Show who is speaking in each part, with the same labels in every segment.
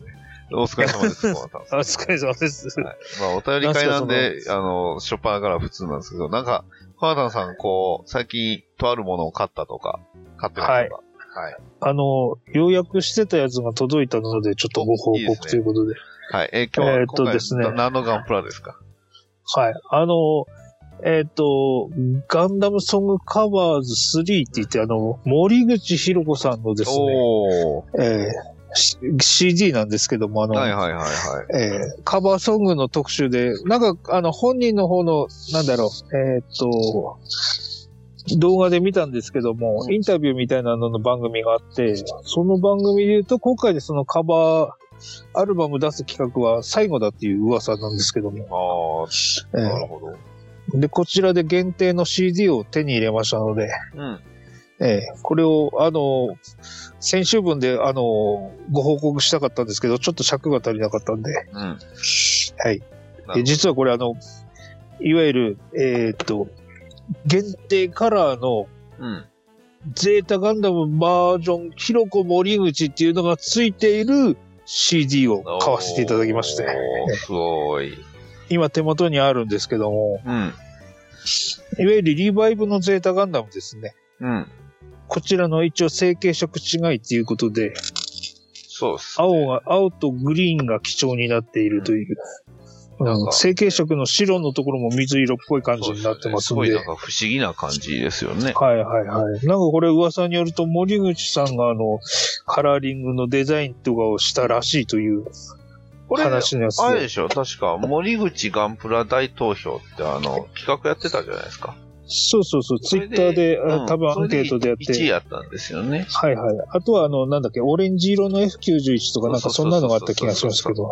Speaker 1: ね。お疲れ様です。こうなったんです
Speaker 2: お疲れ様です。
Speaker 1: はいまあ、お便り会なんで
Speaker 2: なんす、
Speaker 1: あの、初っ端から普通なんですけど、なんか、コナタンさん、こう、最近、とあるものを買ったとか、買ってましたかはい。
Speaker 2: あの、予約してたやつが届いたので、ちょっとご報
Speaker 1: いいです
Speaker 2: 告
Speaker 1: ね
Speaker 2: ということで。
Speaker 1: はい。えー今日は、
Speaker 2: えーっと
Speaker 1: 今回
Speaker 2: ですね
Speaker 1: 何のガンプラですか
Speaker 2: はい。あの、えっ、と、ガンダムソングカバーズ3って言って、あの、森口博子さんのですね、
Speaker 1: おー。
Speaker 2: えーし CD なんですけども、あの、
Speaker 1: はいはいはいはい。
Speaker 2: えーカバーソングの特集で、なんか、あの、本人の方の、なんだろう、えーっと、動画で見たんですけども、インタビューみたいなのの番組があって、その番組で言うと、今回でそのカバー、アルバム出す企画は最後だっていう噂なんですけども、
Speaker 1: あ
Speaker 2: え
Speaker 1: あ、なるほど。
Speaker 2: ーで、こちらで限定の CD を手に入れましたので、
Speaker 1: うん。
Speaker 2: えーこれを、あの、先週分で、あの、ご報告したかったんですけど、ちょっと尺が足りなかったんで、
Speaker 1: うん。
Speaker 2: は
Speaker 1: な
Speaker 2: い。
Speaker 1: るほど
Speaker 2: え実はこれあの、いわゆる、えーっと、限定カラーの
Speaker 1: うん。
Speaker 2: ゼータガンダムバージョンヒロコ森口っていうのがついている CD を買わせていただきまして、
Speaker 1: おーすごい。
Speaker 2: 今手元にあるんですけども、
Speaker 1: うん。
Speaker 2: いわゆるリバイブのゼータガンダムですね。
Speaker 1: うん。
Speaker 2: こちらの一応成形色違いっていうことで、
Speaker 1: そうっす。
Speaker 2: 青が、青とグリーンが基調になっているという、
Speaker 1: なん
Speaker 2: うん
Speaker 1: か
Speaker 2: 成形色の白のところも水色っぽい感じになってます
Speaker 1: そ
Speaker 2: ん
Speaker 1: う
Speaker 2: で、
Speaker 1: すねすごいなんか不思議な感じですよね。
Speaker 2: はいはいはい。なんかこれ噂によると森口さんがあの、カラーリングのデザインとかをしたらしいという
Speaker 1: これ、
Speaker 2: 話のやつ
Speaker 1: あれ
Speaker 2: で。
Speaker 1: でしょ確か、森口ガンプラ大投票ってあの、企画やってたじゃないですか。
Speaker 2: そうそうそう、ツ
Speaker 1: そ
Speaker 2: イ
Speaker 1: れ
Speaker 2: ッ
Speaker 1: で
Speaker 2: ターで、あ
Speaker 1: うん
Speaker 2: 多分アンケートでやっ
Speaker 1: それ1位
Speaker 2: て。
Speaker 1: やったんですよね。
Speaker 2: はいはい。あとはあの、なんだっけ、オレンジ色の F91 とかなんかそんなのがあった気がしますけど。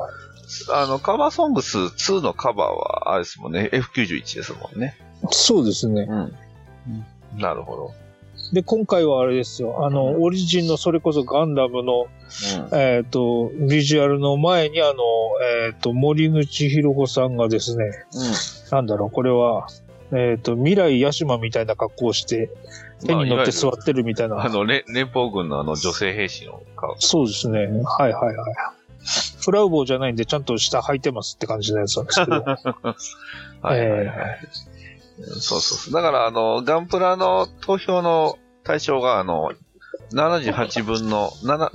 Speaker 1: あの、カバーソングス2のカバーは、あれですもんね、F91 ですもんね。
Speaker 2: そうですね。
Speaker 1: うん。なるほど。
Speaker 2: で、今回はあれですよ。あの、オリジンのそれこそガンダムの、えっ、と、ビジュアルの前にあの、えっ、と、森口博子さんがですね、なんだろう、これは、えっ、と、未来ヤシマみたいな格好をして、手に乗って座
Speaker 1: て。
Speaker 2: ってるみたいな。
Speaker 1: あの、連連邦軍のあの女性兵士の顔。
Speaker 2: そうですね。はいはいはい。フラウボーじゃないんで、ちゃんと下履いてますって感じのやつなんです けど。
Speaker 1: はいはいはい。そうそうそう。だから、あの、ガンプラの投票の対象が、あの、78分の、7 78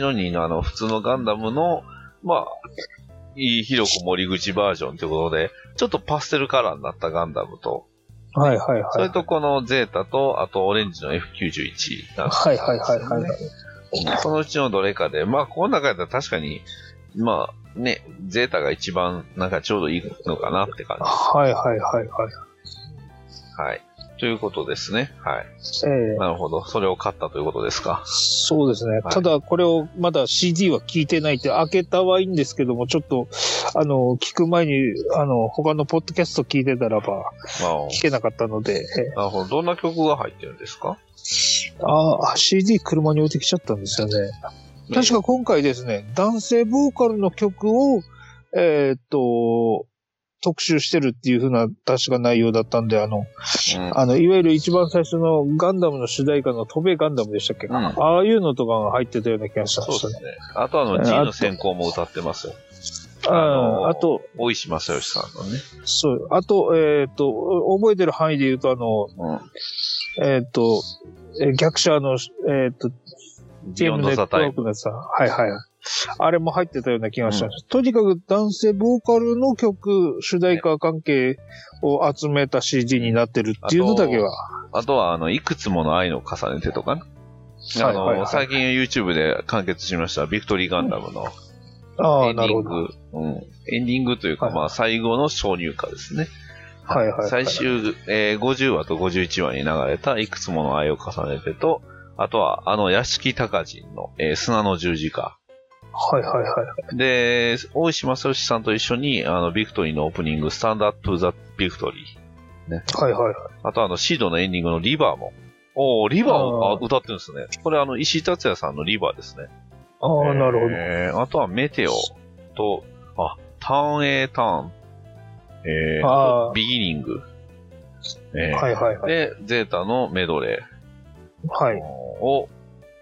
Speaker 1: の2のあの、普通のガンダムの、まあ、いい広く森口バージョンということで、ちょっとパステルカラーになったガンダムと、
Speaker 2: はいはい
Speaker 1: そ
Speaker 2: は
Speaker 1: れ
Speaker 2: い。
Speaker 1: とこのゼータと、あとオレンジの F91 なんです
Speaker 2: はいはいはいはいはい。
Speaker 1: そのうちのどれかで、まあ、この中やったら確かに、まあ、ね、ゼータが一番、なんかちょうどいいのかなって感じ。
Speaker 2: はいはいはいはい。
Speaker 1: はい。ということですね。はい。
Speaker 2: ええ
Speaker 1: なるほど。それを買ったということですか。
Speaker 2: そうですね。
Speaker 1: はい
Speaker 2: ただ、これをまだ CD は聞いてないって、開けたはいいんですけども、ちょっと、あの、聞く前に、あの、他のポッドキャスト聞いてたらば、
Speaker 1: まあ、
Speaker 2: 聞けなかったので、ええ
Speaker 1: なるほど。どんな曲が入ってるんですか
Speaker 2: ああ、CD 車に置いてきちゃったんですよね。確か今回ですね、男性ボーカルの曲を、えーっと、特集してるっていう風な、確か内容だったんで、あの、
Speaker 1: うん
Speaker 2: あの、いわゆる一番最初のガンダムの主題歌の飛べガンダムでしたっけ、
Speaker 1: うん
Speaker 2: ああいうのとかが入ってたような気がしたんで
Speaker 1: そう
Speaker 2: す
Speaker 1: で
Speaker 2: よね。
Speaker 1: すね。あとあ
Speaker 2: え
Speaker 1: の、
Speaker 2: ー
Speaker 1: G
Speaker 2: あ
Speaker 1: の
Speaker 2: と
Speaker 1: 先行も歌ってますよ。
Speaker 2: あ
Speaker 1: あの
Speaker 2: あと、
Speaker 1: 大石正義さんのね。
Speaker 2: そう、あと、えーっと、お覚えてる範囲で言うと、あの、
Speaker 1: う
Speaker 2: えーっと、えー逆者の、えーっと、
Speaker 1: ん。
Speaker 2: チ
Speaker 1: ビ
Speaker 2: ー
Speaker 1: ヨン
Speaker 2: ム
Speaker 1: ド
Speaker 2: ネッ
Speaker 1: ザ
Speaker 2: ト
Speaker 1: タ
Speaker 2: ワ
Speaker 1: イ
Speaker 2: ー
Speaker 1: ム。
Speaker 2: クのやつだはいはい。あれも入ってたような気がした、とにかく男性ボーカルの曲、主題歌関係を集めた CD になってるっていうのだけは。
Speaker 1: あとは、あの、いくつもの愛の重ねてとかね。あの、
Speaker 2: はいはいはい
Speaker 1: 最近 YouTube で完結しました、ビクトリーガンダムの
Speaker 2: あ
Speaker 1: エ
Speaker 2: あ、
Speaker 1: ンデ
Speaker 2: なる
Speaker 1: ィン
Speaker 2: ほど。
Speaker 1: グ。うん。エンディングというか、
Speaker 2: はい
Speaker 1: まあ、最後の挿入歌ですね。
Speaker 2: はいはいはい
Speaker 1: 最終、えー50話と51話に流れたいくつもの愛を重ねてと、あとは、あの、屋敷隆人の、えー砂の十字架。
Speaker 2: はいはいはい。
Speaker 1: で、大石正義さんと一緒に、あの、ビクトリーのオープニング、スタンドアップ・ザ・ビクトリー。
Speaker 2: はいはい。
Speaker 1: あと、あの、シードのエンディングのリバーも。おー、リバーをあ
Speaker 2: あー
Speaker 1: 歌ってるんですね。これ、あの、石井達也さんのリバーですね。
Speaker 2: ああ、なるほど。
Speaker 1: えーあとはメテオと、あ、ターン A ターン。えー、
Speaker 2: あー
Speaker 1: あとビギニング。えー
Speaker 2: はいはいはい。
Speaker 1: で、ゼータのメドレ
Speaker 2: は
Speaker 1: ー
Speaker 2: い。
Speaker 1: を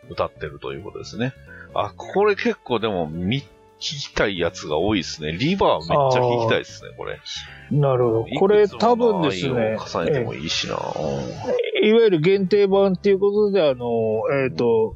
Speaker 1: 歌ってるということですね。あ、これ結構でも、み、聞きたいやつが多いですね。リバーめっちゃ聞きたいですね、これ。
Speaker 2: なるほど。これ多分です
Speaker 1: い
Speaker 2: ね
Speaker 1: くつ。もの愛を重ねてもいいしな、
Speaker 2: いわゆる限定版っていうことで、あの、えっ、と、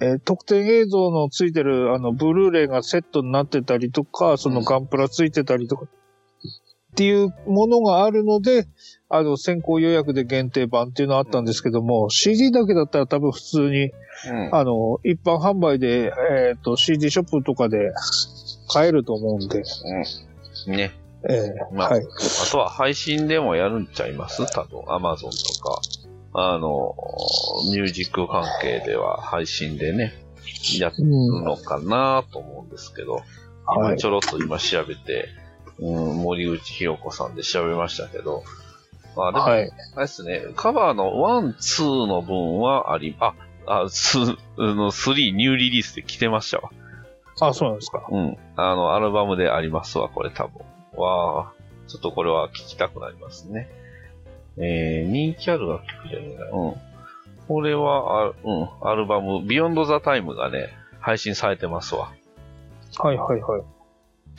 Speaker 2: えー特典映像のついてる、あの、ブルーレイがセットになってたりとか、そのガンプラついてたりとか、っていうものがあるので、あの、先行予約で限定版っていうのあったんですけども、CD だけだったら多分普通に、
Speaker 1: うん
Speaker 2: あの、一般販売で、えっ、と、CD ショップとかで買えると思うんで、
Speaker 1: うんね。
Speaker 2: えー
Speaker 1: まあ、
Speaker 2: はい。
Speaker 1: あとは配信でもやるんちゃいます多分、アマゾンとか、あの、ミュージック関係では配信でね、やる
Speaker 2: うん。
Speaker 1: のかなと思うんですけど、
Speaker 2: は
Speaker 1: 今
Speaker 2: い。
Speaker 1: ちょろっと今調べて、うん、森口清子さんで調べましたけど、まあでも、
Speaker 2: はい。
Speaker 1: あれですね、カバーの1、2の分はあり、あ、あ、す、の3ニューリリースで来てましたわ。
Speaker 2: あ、そうなんですか。
Speaker 1: うん。あの、アルバムでありますわ、これ多分。わあ、ちょっとこれは聞きたくなりますね。えー、人気ある楽曲じゃねえな。うん。これは、あうん、アルバム、ビヨンドザタイムがね、配信されてますわ。
Speaker 2: はいはいはい。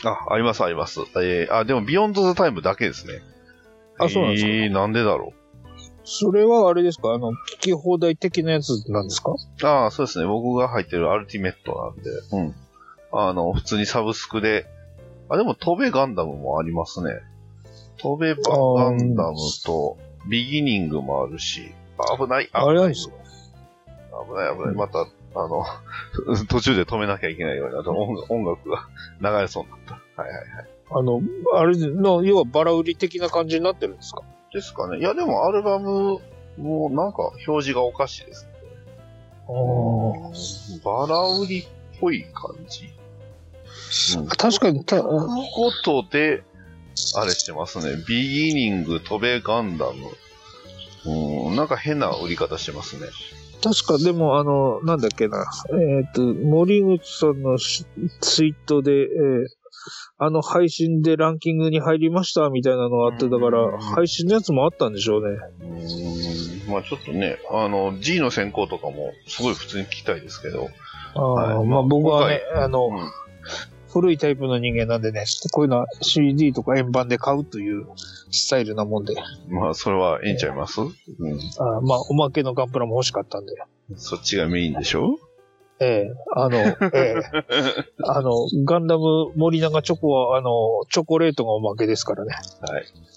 Speaker 1: あ、ありますあります。えー、あ、でもビヨンドザタイムだけですね。
Speaker 2: あそうなんですか
Speaker 1: えー、なんでだろ
Speaker 2: それはあれですかあの、聞き放題的なやつなんですか
Speaker 1: う。ああ、そうですね。僕が入ってるアルティメットなんで、うん。あの、普通にサブスクで、あ、でも、飛べガンダムもありますね。飛べばガンダムと、ビギニングもあるし、あ危ない、危
Speaker 2: あれなん
Speaker 1: ない。
Speaker 2: です
Speaker 1: 危ない、危ない。また、あの、 途中で止めなきゃいけないようになった音楽音楽が流れそうになった。はいはい。
Speaker 2: あの、あれの、要はバラ売り的な感じになってるんですか
Speaker 1: ですかね。いや、でもアルバムもなんか表示がおかしいですね。バラ売りっぽい感じ。うん
Speaker 2: 確かにた、
Speaker 1: ということで、あれしてますね。ビギニング、飛べガンダム。うん、なんか変な売り方してますね。
Speaker 2: 確かでもあの、なんだっけな、えっ、と、森口さんのしツイートで、えーあの配信でランキングに入りましたみたいなのがあって、だか
Speaker 1: うん
Speaker 2: ら、配信のやつもあったんでしょうね。
Speaker 1: うん、まあちょっとね、あの、G の選考とかもすごい普通に聞きたいですけど。
Speaker 2: あー
Speaker 1: はい
Speaker 2: まあ僕はね、
Speaker 1: 今回
Speaker 2: あの、
Speaker 1: うん
Speaker 2: 古いタイプの人間なんでね、こういうのは CD とか円盤で買うというスタイルなもんで、
Speaker 1: まあそれはええんちゃいます、うん、
Speaker 2: あーまあおまけのガンプラも欲しかったんで、
Speaker 1: そっちがメインでしょ
Speaker 2: ええ あの、ええあの、ガンダム森永チョコは、あの、チョコレートがおまけですからね。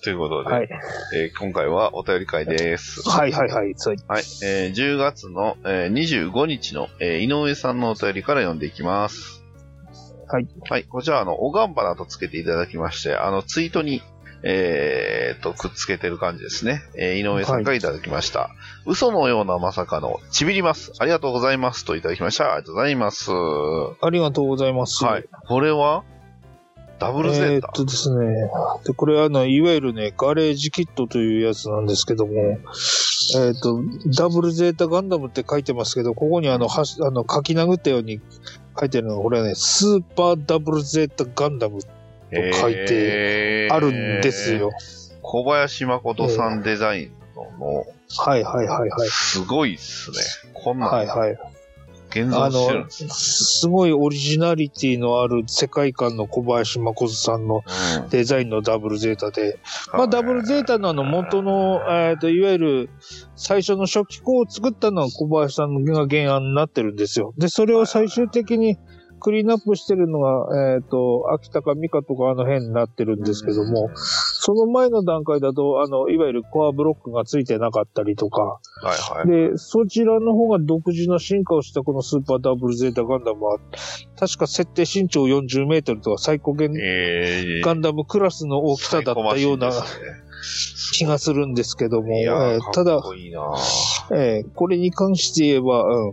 Speaker 1: ということで、
Speaker 2: はい。
Speaker 1: えー今回はお便り会です。
Speaker 2: はいはいはい。そう
Speaker 1: はい、えー10月の、えー25日の、えー井上さんのお便りから読んでいきます。
Speaker 2: はい。
Speaker 1: はい、こちら、あの、おがんばなとつけていただきまして、あの、ツイートに、えーっと、くっつけてる感じですね。えー井上さんからいただきました。嘘のようなまさかの、ちびります。ありがとうございます。といただきました。ありがとうございます。は
Speaker 2: ありがとうございます。
Speaker 1: い。。これは、ダブルゼー
Speaker 2: えー
Speaker 1: タ
Speaker 2: っ。とですね。で、これあの、いわゆるね、ガレージキットというやつなんですけども、えーっと、ダブルゼータガンダムって書いてますけど、ここにあの、はしあの書き殴ったように書いてるのが、これはね、スーパーダブルゼータガンダムと書いて
Speaker 1: えー
Speaker 2: あるんです。よ。
Speaker 1: 小林誠さんデザインの、
Speaker 2: はいはいはいはい。
Speaker 1: すごいっすね。こんなん、
Speaker 2: はいはい。
Speaker 1: 現
Speaker 2: あ
Speaker 1: 存してるん
Speaker 2: の、
Speaker 1: ですね。
Speaker 2: すごいオリジナリティのある世界観の小林誠さんの
Speaker 1: うん
Speaker 2: デザインのダブルゼータで、まあ、ダブルゼータのあの元の、えっといわゆる最初の初期項を作ったのは小林さんが原案になってるんですよ。で、それを最終的にクリーンアップしてるのが、えっ、と、秋田か美香とかあの辺になってるんですけども、その前の段階だと、あの、いわゆるコアブロックがついてなかったりとか、
Speaker 1: はいはい。
Speaker 2: で、そちらの方が独自の進化をしたこのスーパーダブルゼータガンダムは、確か設定身長40メートルとか最高限
Speaker 1: えー、
Speaker 2: ガンダムクラスの大きさだったような
Speaker 1: サイコマシンです
Speaker 2: 気がするんですけども、
Speaker 1: ねい
Speaker 2: え
Speaker 1: や
Speaker 2: ー
Speaker 1: ー、
Speaker 2: た
Speaker 1: か
Speaker 2: だ
Speaker 1: っ、こいいなぁ
Speaker 2: えーこれに関して言えば、うん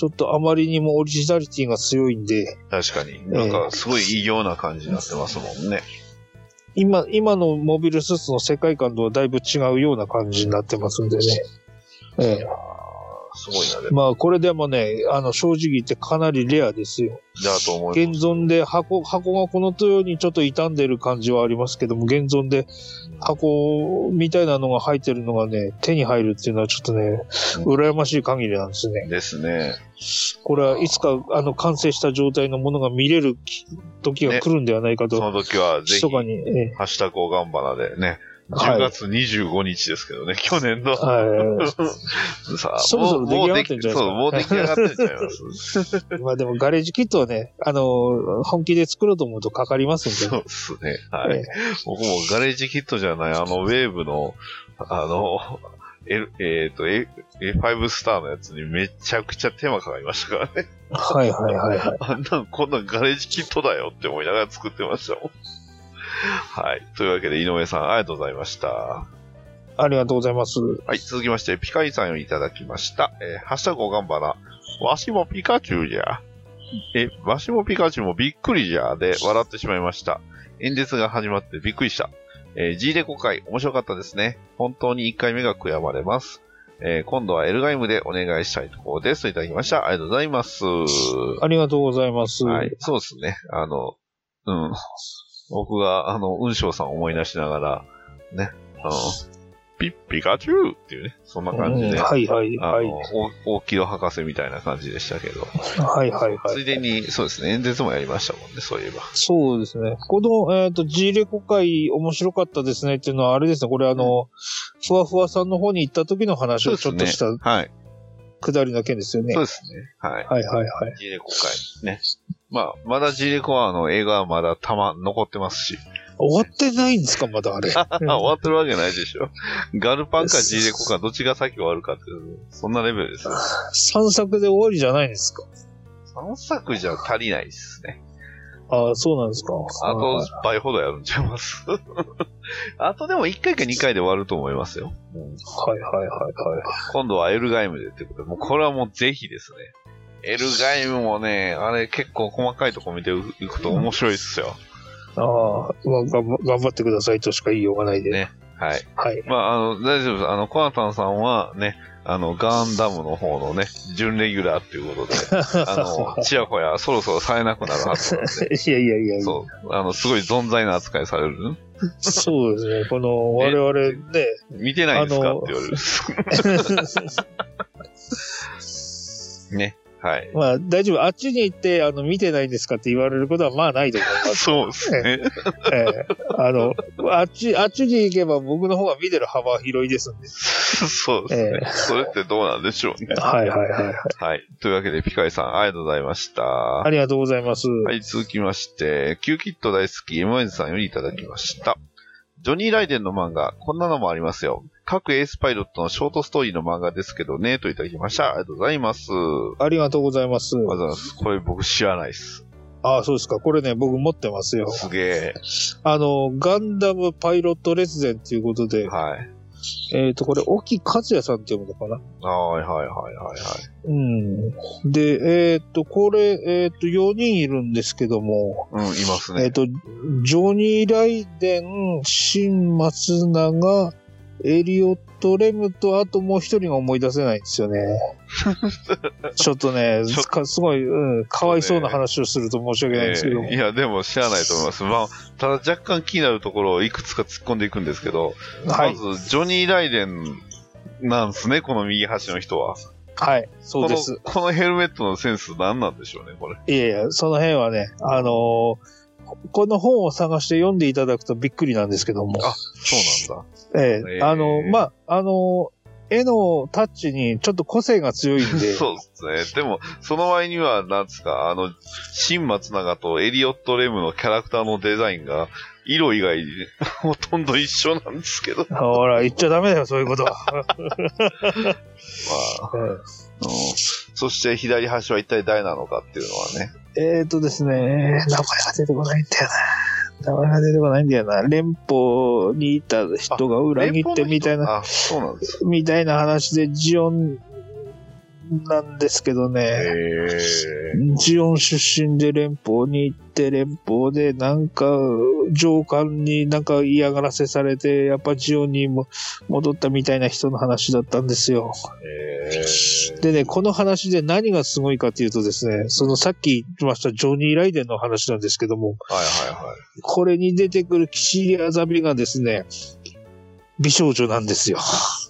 Speaker 2: ちょっとあまりにもオリジナリティが強いんで、
Speaker 1: 確かに。なんか、すごい異様な感じになってますもんね。
Speaker 2: 今、今のモビルスーツの世界観とはだいぶ違うような感じになってますんでね。え
Speaker 1: い
Speaker 2: え
Speaker 1: やーすごいな、でも。
Speaker 2: まあ、これでもね、あの、正直言ってかなりレアですよ。
Speaker 1: だと思い
Speaker 2: 現存で箱、箱がこのようにちょっと傷んでる感じはありますけども、現存で
Speaker 1: ます。
Speaker 2: 箱みたいなのが入ってるのがね、手に入るっていうのはちょっとね、
Speaker 1: うん
Speaker 2: 羨ましい限りなんですね。
Speaker 1: ですね。
Speaker 2: これはいつか、あの、完成した状態のものが見れる時が来るんではないか
Speaker 1: そ
Speaker 2: と、
Speaker 1: の時は、ぜひ
Speaker 2: 密、かに、ええ
Speaker 1: ハッシュタグおがんばなでね、
Speaker 2: はい
Speaker 1: 10月25日ですけどね、去年の。
Speaker 2: は
Speaker 1: さあ、
Speaker 2: そろそろ
Speaker 1: もうもう
Speaker 2: 出
Speaker 1: で
Speaker 2: 来上がってん
Speaker 1: き
Speaker 2: じゃ
Speaker 1: そう、もう
Speaker 2: ない
Speaker 1: 出来上
Speaker 2: ですか
Speaker 1: がってんちゃいます。
Speaker 2: い。まあでも、ガレージキットはね、あの、本気で作ろうと思うとかかりますんで
Speaker 1: そう
Speaker 2: ね。
Speaker 1: ですね。は
Speaker 2: え
Speaker 1: い。僕もガレージキットじゃない、あの、ウェーブの、あの、L、えっ、と、A、A5 スターのやつにめちゃくちゃ手間かかりましたからね。
Speaker 2: はいはいはいはい。
Speaker 1: あんなん、こんなんガレージキットだよって思いながら作ってましたもん。はい。というわけで、井上さん、ありがとうございました。
Speaker 2: ありがとうございます。
Speaker 1: はい、続きまして、ピカイさんをいただきました。えー、ハッシュタグおがんばな。わしもピカチュウじゃ。え、わしもピカチュウもびっくりじゃで笑ってしまいました。演説が始まってびっくりした。えー、G レコ会面白かったですね。本当に1回目が悔やまれます。えー、今度はエルガイムでお願いしたいところです。といただきました。ありがとうございます。は
Speaker 2: ありがとうございます。
Speaker 1: い、そうですね。あの、うん。僕が、あの、雲章さんを思い出しながら、ね、あの、ピッピカチュウっていうね、そんな感じで、
Speaker 2: うんはいはい
Speaker 1: あの、
Speaker 2: はい。
Speaker 1: お大木戸博士みたいな感じでしたけど、
Speaker 2: はいはいは
Speaker 1: つ
Speaker 2: い。
Speaker 1: いでに、そうですね、演説もやりましたもんね、そういえば。
Speaker 2: そうですね。この、えっ、と、G レコ会面白かったですねっていうのは、あれですね、これあの、ふわふわさんの方に行った時の話をちょっとした
Speaker 1: はい。
Speaker 2: くだりの件ですよね。
Speaker 1: そうですね。はい。
Speaker 2: はいはいはい。
Speaker 1: ジーレコ会ですね。まあ、まだジーレコは、あの、映画はまだたま、残ってますし。
Speaker 2: 終わってないんですか、まだあれ。
Speaker 1: あ終わってるわけないでしょ。ガルパンかジーレコか、どっちが先終わるかっていう、そんなレベルですよ。
Speaker 2: 散策で終わりじゃないんですか。
Speaker 1: 3作じゃ足りないですね。
Speaker 2: ああ、そうなんですか。
Speaker 1: あ
Speaker 2: はい
Speaker 1: と
Speaker 2: はい
Speaker 1: 10杯ほどやるんちゃいます あとでも1回か2回で終わると思いますよ。
Speaker 2: はいはいはいはい。
Speaker 1: 今度はエルガイムでってことで、もうこれはもうぜひですね。エルガイムもね、あれ結構細かいとこ見ていくと面白いっすよ。
Speaker 2: ああ、まあ、頑張頑張ってくださいとしか言いようがないで。
Speaker 1: ねはい。
Speaker 2: はい。
Speaker 1: まあ、あの、大丈夫です。あの、コナタンさんはね、あの、ガンダムの方のね、準レギュラーっていうこと で、あの、ちやほやそろそろさえなくなるはずなん で、
Speaker 2: いやいやいやいや。
Speaker 1: そう、あの、すごい存在な扱いされる。
Speaker 2: そうですね。この、我々ね、
Speaker 1: 見てないんです
Speaker 2: あ
Speaker 1: かっ
Speaker 2: の
Speaker 1: て言われる。ね。はい。
Speaker 2: まあ、大丈夫。あっちに行って、あの、見てないんですかって言われることは、まあ、ないと思い ます。
Speaker 1: そうですね。
Speaker 2: ええあの、あっち、あっちに行けば僕の方が見てる幅は広いですんで。
Speaker 1: そうですね。それってどうなんでしょうね。
Speaker 2: はいはいはいはい。
Speaker 1: はい。というわけで、ピカイさん、ありがとうございました。
Speaker 2: あ
Speaker 1: は
Speaker 2: りがとうございます。
Speaker 1: い、続きまして、キューキット大好き、エムエンさんよりいただきました。ジョニー・ライデンの漫画、こんなのもありますよ。各エースパイロットのショートストーリーの漫画ですけどね、といただきました。ありがとうございます。あり
Speaker 2: ありがとうございます。
Speaker 1: がとうございます。これ僕知らないです。
Speaker 2: ああ、そうですか。これね、僕持ってますよ。
Speaker 1: すげ
Speaker 2: あの、ガンダムパイロット列伝ということ
Speaker 1: え。
Speaker 2: で、
Speaker 1: はい。
Speaker 2: えっ、と、これ、沖和也さんって読むのかな
Speaker 1: はいはいはいはいはい。
Speaker 2: うん。で、えっ、と、これ、えっ、と、4人いるんですけども、
Speaker 1: うん、います
Speaker 2: えっ、
Speaker 1: ね。
Speaker 2: と、ジョニー・ライデン、新松永、エリオット・レムと、あともう一人が思い出せないんです よね。ちょっとね
Speaker 1: ちょ、
Speaker 2: かすごい、うん、かわいそうな話をすると申し訳ないんですけども、
Speaker 1: えーいや、でも知らないと思います。まあ、ただ若干気になるところをいくつか突っ込んでいくんですけど、
Speaker 2: はい
Speaker 1: まず、ジョニー・ライデンなんですね、この右端の人は。
Speaker 2: はい、そうです。
Speaker 1: このこのヘルメットのセンス何なんでしょうね、これ。
Speaker 2: いやいや、その辺はね、あのーこの本を探して読んでいただくとびっくりなんですけども。
Speaker 1: あそうなんだ。
Speaker 2: え
Speaker 1: へ
Speaker 2: え
Speaker 1: ー
Speaker 2: あの、まあ、あの絵のタッチにちょっと個性が強いん で、
Speaker 1: そうですね。でも、その割には、なんですか、あの、新松永とエリオット・レムのキャラクターのデザインが、色以外、 ほとんど一緒なんですけど。ま
Speaker 2: ほら、言っちゃダメだよ、そういうことは。
Speaker 1: あ、うんそして左端は一体誰なのかっていうのはね。
Speaker 2: えっ、とですね、名前が出てこないんだよな。名前が出てこないんだよな。連邦にいた人が裏切ってみたいな、
Speaker 1: あ、そうなんです。
Speaker 2: みたいな話でジオン、なんですけど
Speaker 1: え
Speaker 2: ね、
Speaker 1: ー、
Speaker 2: ジオン出身で連邦に行って、連邦でなんか、上官になんか嫌がらせされて、やっぱジオンにも戻ったみたいな人の話だったんですよ。
Speaker 1: えー、
Speaker 2: でね、この話で何がすごいかっていうとですね、そのさっき言ってましたジョニー・ライデンの話なんですけども、
Speaker 1: はいはいはい。
Speaker 2: これに出てくるキシリアザビがですね、美少女なんですよ。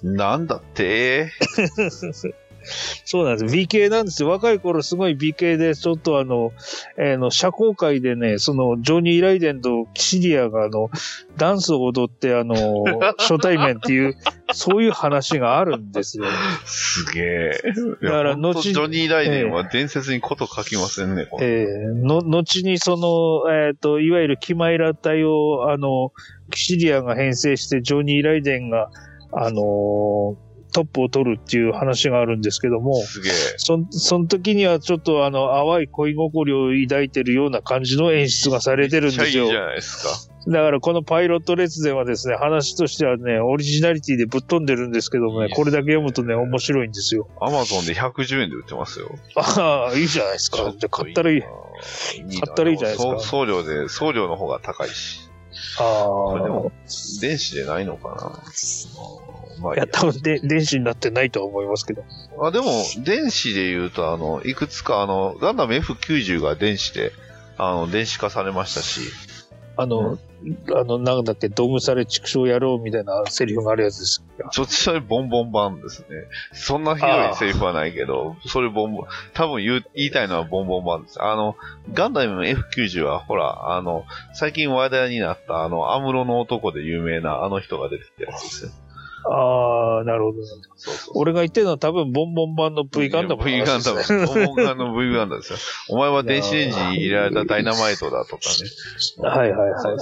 Speaker 1: なんだって
Speaker 2: そうなんです。美形なんですよ。若い頃すごい美形で、ちょっとあの、えーの、社交界でね、その、ジョニー・ライデンとキシリアがあの、ダンスを踊って、 あの、初対面っていう、そういう話があるんですよ。
Speaker 1: すげえ。
Speaker 2: だから
Speaker 1: いやほんと
Speaker 2: 後
Speaker 1: ジ
Speaker 2: に
Speaker 1: ョニー・ライデンは伝説にこと書きませんね、これ
Speaker 2: えーの、後にその、えっ、と、いわゆるキマイラ隊を、あの、キシリアが編成して、ジョニー・ライデンが、あのートップを取るっていう話があるんですけども、
Speaker 1: すげえ。
Speaker 2: そんその時にはちょっとあの、淡い恋心を抱いてるような感じの演出がされてるんで
Speaker 1: めっ
Speaker 2: す
Speaker 1: ちゃいいじ
Speaker 2: よ。
Speaker 1: ゃないですか。
Speaker 2: だからこのパイロット列伝はですね、話としてはね、オリジナリティでぶっ飛んでるんですけど
Speaker 1: いい
Speaker 2: もね、
Speaker 1: ですね
Speaker 2: これだけ読むとね、面白いんですよ。
Speaker 1: アマゾンで110円で売ってますよ。
Speaker 2: ああ、いいじゃないですか。じゃあ買ったらいい
Speaker 1: な。
Speaker 2: 買ったらいいじゃないですか
Speaker 1: そう送料で、送料の方が高いし。
Speaker 2: あ
Speaker 1: れで
Speaker 2: あ
Speaker 1: も。電子でないのかなあーまあ
Speaker 2: いや、多分で電子になってないとは思いますけど。
Speaker 1: あ、でも、電子で言うと、あの、いくつか、あの、ガンダム F90 が電子で、あの、電子化されましたし、
Speaker 2: あの、あの、なんだっけ、ドムされ畜生野郎みたいなセリフがあるやつです。
Speaker 1: そっちそれボンボン版ですね。そんなひどいセリフはないけど、それボンボン、多分言う言いたいのはボンボン版です。あの、ガンダム F90 は、ほら、あの、最近話題になった、あの、アムロの男で有名なあの人が出てきたやつですよ。
Speaker 2: ああ、なるほど。
Speaker 1: そうそう
Speaker 2: 俺が言ってるのは多分、ボンボン版の V ガンダムの話
Speaker 1: V
Speaker 2: ですね。
Speaker 1: ガンダム。ボンボンガンの V ガンダムですよ。お前は電子レンジに入れられたダイナマイトだとかね。
Speaker 2: はいはいはいは
Speaker 1: う
Speaker 2: い。
Speaker 1: ん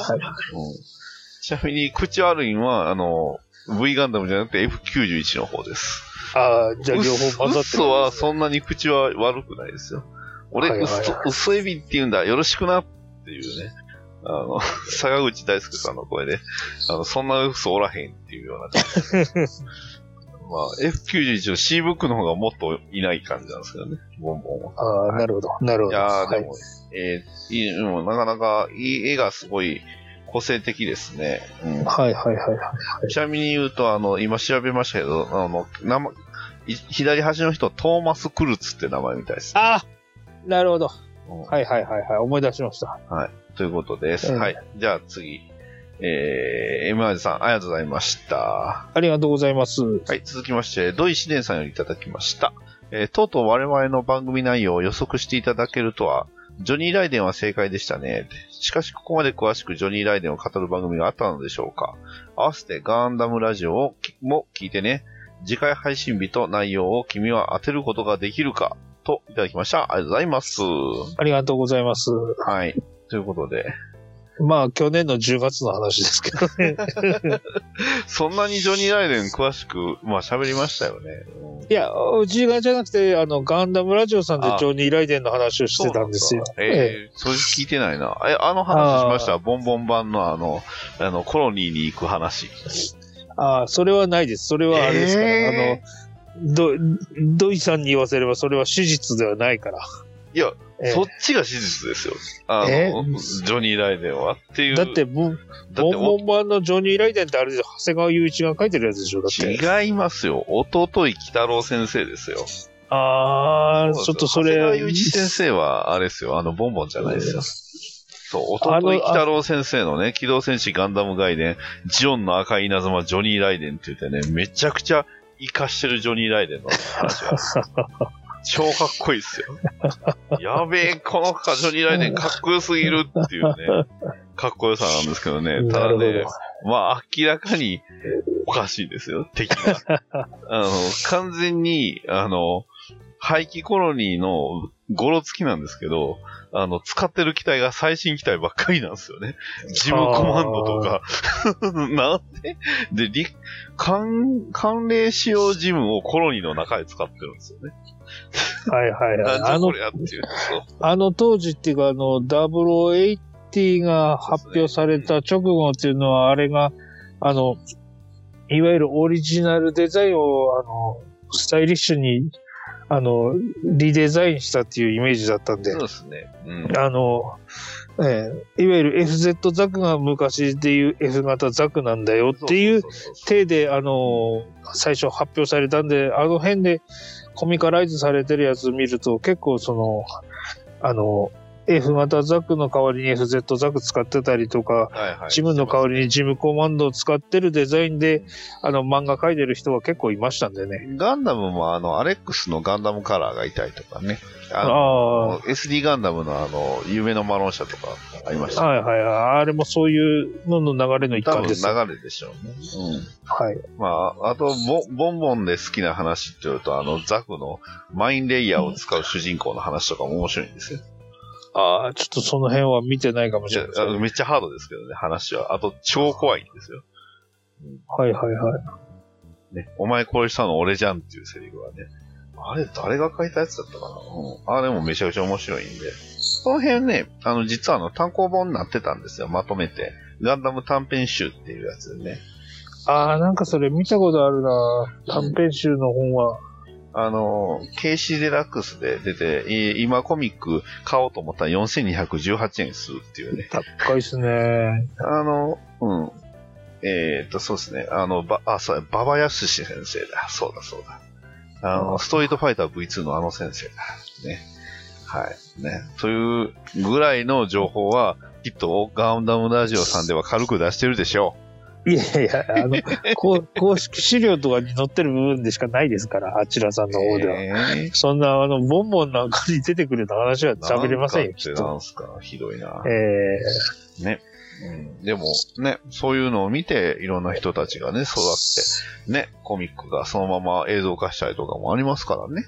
Speaker 1: ちなみに、口悪いんは、あの、V ガンダムじゃなくて F91 の方です。
Speaker 2: ああ、じゃあ
Speaker 1: ウ
Speaker 2: 両
Speaker 1: ッ
Speaker 2: 方混ざって
Speaker 1: ス
Speaker 2: る。
Speaker 1: はそんなに口は悪くないですよ。俺、
Speaker 2: はいはいは
Speaker 1: ウ
Speaker 2: い
Speaker 1: ッスウッソエビって言うんだ、よろしくなっていうね。あ の、坂口大輔さんの声で、あの、そんなウッソおらへんっていうような感じ。 まあ、F91 の C ブックの方がもっといない感じなんですけどね、ボンボンは。
Speaker 2: ああ、なるほど。なるほ
Speaker 1: い
Speaker 2: ど。
Speaker 1: やー
Speaker 2: は
Speaker 1: でも、えーいい、でもなかなかいい絵がすごい個性的ですね。うん
Speaker 2: はいはいはいはい。
Speaker 1: ちなみに言うと、あの、今調べましたけど、あの、名前い左端の人、トーマス・クルツって名前みたいです。
Speaker 2: ああなるほど。
Speaker 1: うん
Speaker 2: はいはいはいはい。思い出しました。
Speaker 1: ということです。
Speaker 2: うん
Speaker 1: はい。じゃあ次。えー、m r さん、ありがとうございました。
Speaker 2: ありがとうございます。
Speaker 1: はい、続きまして、土井四伝さんよりいただきました。えーとうとう我々の番組内容を予測していただけるとは、ジョニー・ライデンは正解でしたね。しかし、ここまで詳しくジョニー・ライデンを語る番組があったのでしょうか。合わせてガンダムラジオをきも聞いてね。次回配信日と内容を君は当てることができるかといただきました。ありがとうございます。
Speaker 2: ありがとうございます。
Speaker 1: はい。ということで、
Speaker 2: まあ、去年の10月の話ですけどね。
Speaker 1: そんなにジョニー・ライデン詳しく、まあ喋りましたよね。うん
Speaker 2: いや、うちがじゃなくて、あの、ガンダムラジオさんで
Speaker 1: ああ
Speaker 2: ジョニー・ライデンの話をしてたんですよ。
Speaker 1: そうなんだええそれ聞いてないな。え、あの話しました。ボンボン版のあの、あの、コロニーに行く話。
Speaker 2: ああ、それはないです。それはあれですから、
Speaker 1: え
Speaker 2: あの、ど、土井さんに言わせればそれは史実ではないから。
Speaker 1: いや、
Speaker 2: ええ
Speaker 1: そっちが史実ですよ。あの、
Speaker 2: え
Speaker 1: ジョニー・ライデンはっていう。
Speaker 2: だって、ボン
Speaker 1: だって
Speaker 2: ボンボン版のジョニー・ライデンってあれですよ。長谷川雄一が書いてるやつでしょ。だって。
Speaker 1: 違いますよ。弟井喜太郎先生ですよ。
Speaker 2: ああ、ちょっとそ
Speaker 1: 長谷
Speaker 2: れ
Speaker 1: 川、一先生は、あれですよ。あの、ボンボンじゃないですよ。そう、
Speaker 2: あ
Speaker 1: 弟
Speaker 2: の
Speaker 1: 井喜太郎先生のね、機動戦士ガンダム外伝、ジオンの赤い稲妻、ジョニー・ライデンって言ってね、めちゃくちゃ活かしてるジョニー・ライデンの話が。 超かっこいいっすよ。やべえ、このカジョニー・ライデンかっこよすぎるっていうね、かっこよさなんですけどね。た
Speaker 2: な
Speaker 1: だ
Speaker 2: るほど
Speaker 1: ね、まあ明らかにおかしいですよ、敵 が。あの、完全に、あの、廃棄コロニーのゴロ付きなんですけど、あの、使ってる機体が最新機体ばっかりなんですよね。ジムコマンドと か。なんでで、り寒寒冷使用ジムをコロニーの中で使ってるんですよね。
Speaker 2: はいはいはい。
Speaker 1: なん
Speaker 2: あ
Speaker 1: じゃこ
Speaker 2: の、
Speaker 1: りゃっていう。
Speaker 2: あの当時っていうか、あの、0080が発表された直後っていうのは、あれが、あの、いわゆるオリジナルデザインを、あの、スタイリッシュに、あの、リデザインしたっていうイメージだったんで
Speaker 1: そう、ですね。うん。
Speaker 2: あの、ええいわゆる FZ ザクが昔でいう F 型ザクなんだよっていう
Speaker 1: そそそ
Speaker 2: 手で、あの、最初発表されたんで、あの辺でコミカライズされてるやつ見ると結構その、あの、F 型ザクの代わりに FZ ザク使ってたりとか、
Speaker 1: う。はいはい。
Speaker 2: ジムの代わりにジムコマンドを使ってるデザインで、あの、漫画描いてる人は結構いましたんでね。
Speaker 1: ガンダムもあの、アレックスのガンダムカラーがいたりとかね。あの、
Speaker 2: あ
Speaker 1: SD ガンダムのあの、夢のマロン社とかありまし
Speaker 2: あ、
Speaker 1: た。
Speaker 2: はいはいはい。あれもそういうのの流れの一
Speaker 1: 多
Speaker 2: 環
Speaker 1: 分
Speaker 2: です。は
Speaker 1: 流れでしょうね。
Speaker 2: い。
Speaker 1: うん。まあ、あと、ボボンボンで好きな話っていうと、あの、ザクのマインレイヤーを使う主人公の話とかも面白いんですよ。
Speaker 2: ああ、ちょっとその辺は見てないかもし
Speaker 1: じゃ
Speaker 2: れないです
Speaker 1: あ
Speaker 2: ね。
Speaker 1: めっちゃハードですけどね、話は。あと、超怖いんですよ。
Speaker 2: はいはいはい。
Speaker 1: ね、お前これしたの俺じゃんっていうセリフはね。あれ、誰が書いたやつだったかなうん。あれもめちゃくちゃ面白いんで。その辺ね、あの、実はあの、単行本になってたんですよ、まとめて。ガンダム短編集っていうやつでね。
Speaker 2: ああ、なんかそれ見たことあるな。短編集の本は。
Speaker 1: あの、ケイシーデラックスで出て、い今コミック買おうと思ったら4218円するっていうね。
Speaker 2: 高いっすね。
Speaker 1: あの、うん。えー、っと、そうですね。あの、ば、あ、そうや、馬場康史先生だ。そうだ、そうだ。あの、ストリートファイター V2 のあの先生だ。ね。はい。ね。というぐらいの情報は、きっとガンダムラジオさんでは軽く出してるでしょ
Speaker 2: いやいや、あ の、こう公式資料とかに載ってる部分でしかないですから、あちらさん
Speaker 1: う。
Speaker 2: の方では。
Speaker 1: えー
Speaker 2: そんな、あの、ボンボンなんかに出てくるような話は喋れませんよ、きっ
Speaker 1: なんかってな
Speaker 2: と。
Speaker 1: んすか、ひどいな。
Speaker 2: ええ
Speaker 1: うん、でもね、そういうのを見て、いろんな人たちがね、育って、ね、コミックがそのまま映像化したりとかもありますからね。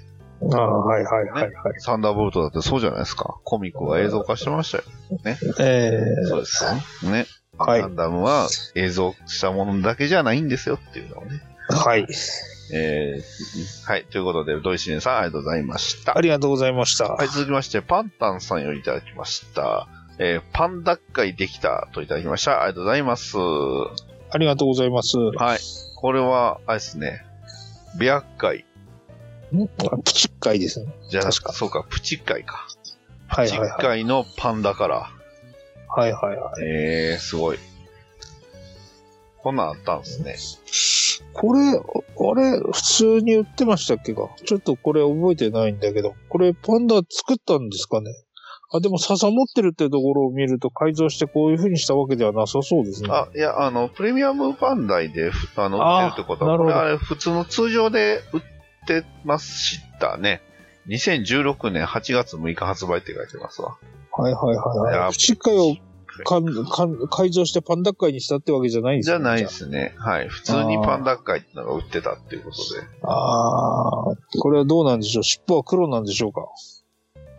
Speaker 2: ああ、はいはいはいはい。
Speaker 1: サンダーボルトだってそうじゃないですか。コミックが映像化してましたよ。
Speaker 2: ええ
Speaker 1: そうですよ。ね。
Speaker 2: はい
Speaker 1: ガンダムは映像したものだけじゃないんですよっていうのをね。
Speaker 2: はい。
Speaker 1: えーはい。ということで、ドイシネさんありがとうございました。
Speaker 2: ありがとうございました。
Speaker 1: はい、続きまして、パンタンさんよりいただきました。えーパン脱会できたといただきました。ありがとうございます。は
Speaker 2: ありがとうございます。
Speaker 1: い。これは、あれですね。美悪会
Speaker 2: あプチッカイですね。
Speaker 1: じゃなく
Speaker 2: 確か
Speaker 1: そうか、プチ会か。
Speaker 2: は
Speaker 1: プ
Speaker 2: い
Speaker 1: チ
Speaker 2: はいはい。
Speaker 1: 会のパンダから。
Speaker 2: はいはいはい。
Speaker 1: ええー、すごい。こんなんあったんですね。
Speaker 2: これ、あれ、普通に売ってましたっけかちょっとこれ覚えてないんだけど、これパンダ作ったんですかねあ、でも笹持ってるってところを見ると改造してこういう風にしたわけではなさそうですね。
Speaker 1: あ、いや、あの、プレミアムバンダイで、ふあの、売ってるってこと
Speaker 2: あ
Speaker 1: は、
Speaker 2: ーな
Speaker 1: こ
Speaker 2: るほ
Speaker 1: れ
Speaker 2: ど
Speaker 1: あれ、普通の通常で売ってましたね。2016年8月6日発売って書いてますわ。
Speaker 2: はいはいはいいは
Speaker 1: や
Speaker 2: い。しっかりをかんかん改造してパンダ界にしたってわけじゃないんです
Speaker 1: じ
Speaker 2: ね
Speaker 1: ゃないですね。はい。普通にパンダ会ってのが売ってたっていうことで。
Speaker 2: ああ、これはどうなんでしょう尻尾は黒なんでしょうか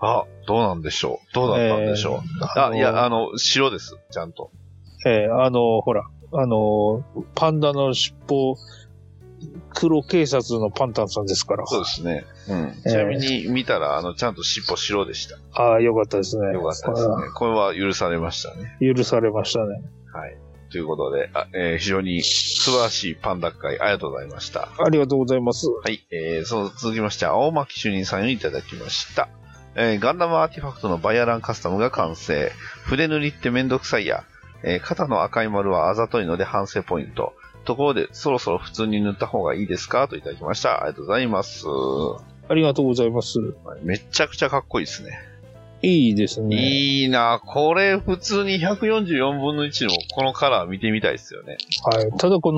Speaker 1: あ、どうなんでしょう。どうだったんでしょう。あ、いや、あ
Speaker 2: の、
Speaker 1: の、白です。ちゃんと。
Speaker 2: えーあの、ほら、あの、パンダの尻尾、黒警察のパンタンさんですから。
Speaker 1: そうですね。うん。
Speaker 2: えー
Speaker 1: ちなみに見たら、あの、ちゃんと尻尾白でした。
Speaker 2: ああ、よかったですね。
Speaker 1: よかったですね。これは許されましたね。
Speaker 2: ね。許されましたね。
Speaker 1: はい。ということで、あえー非常に素晴らしいパンダ会、ありがとうございました。
Speaker 2: ありがとうございます。
Speaker 1: はい。えー、その続きまして、青巻主任さんよりいただきました。えーガンダムアーティファクトのバイアランカスタムが完成。筆塗りってめんどくさいや。えー肩の赤い丸はあざといので反省ポイント。ところで、そろそろ普通に塗った方がいいですかといただきました。ありがとうございます。
Speaker 2: ありがとうございます。
Speaker 1: めちゃくちゃかっこいいですね。
Speaker 2: いいですね。
Speaker 1: いいなこれ普通に144分の1のこのカラー見てみたいですよね。
Speaker 2: はい。ただこ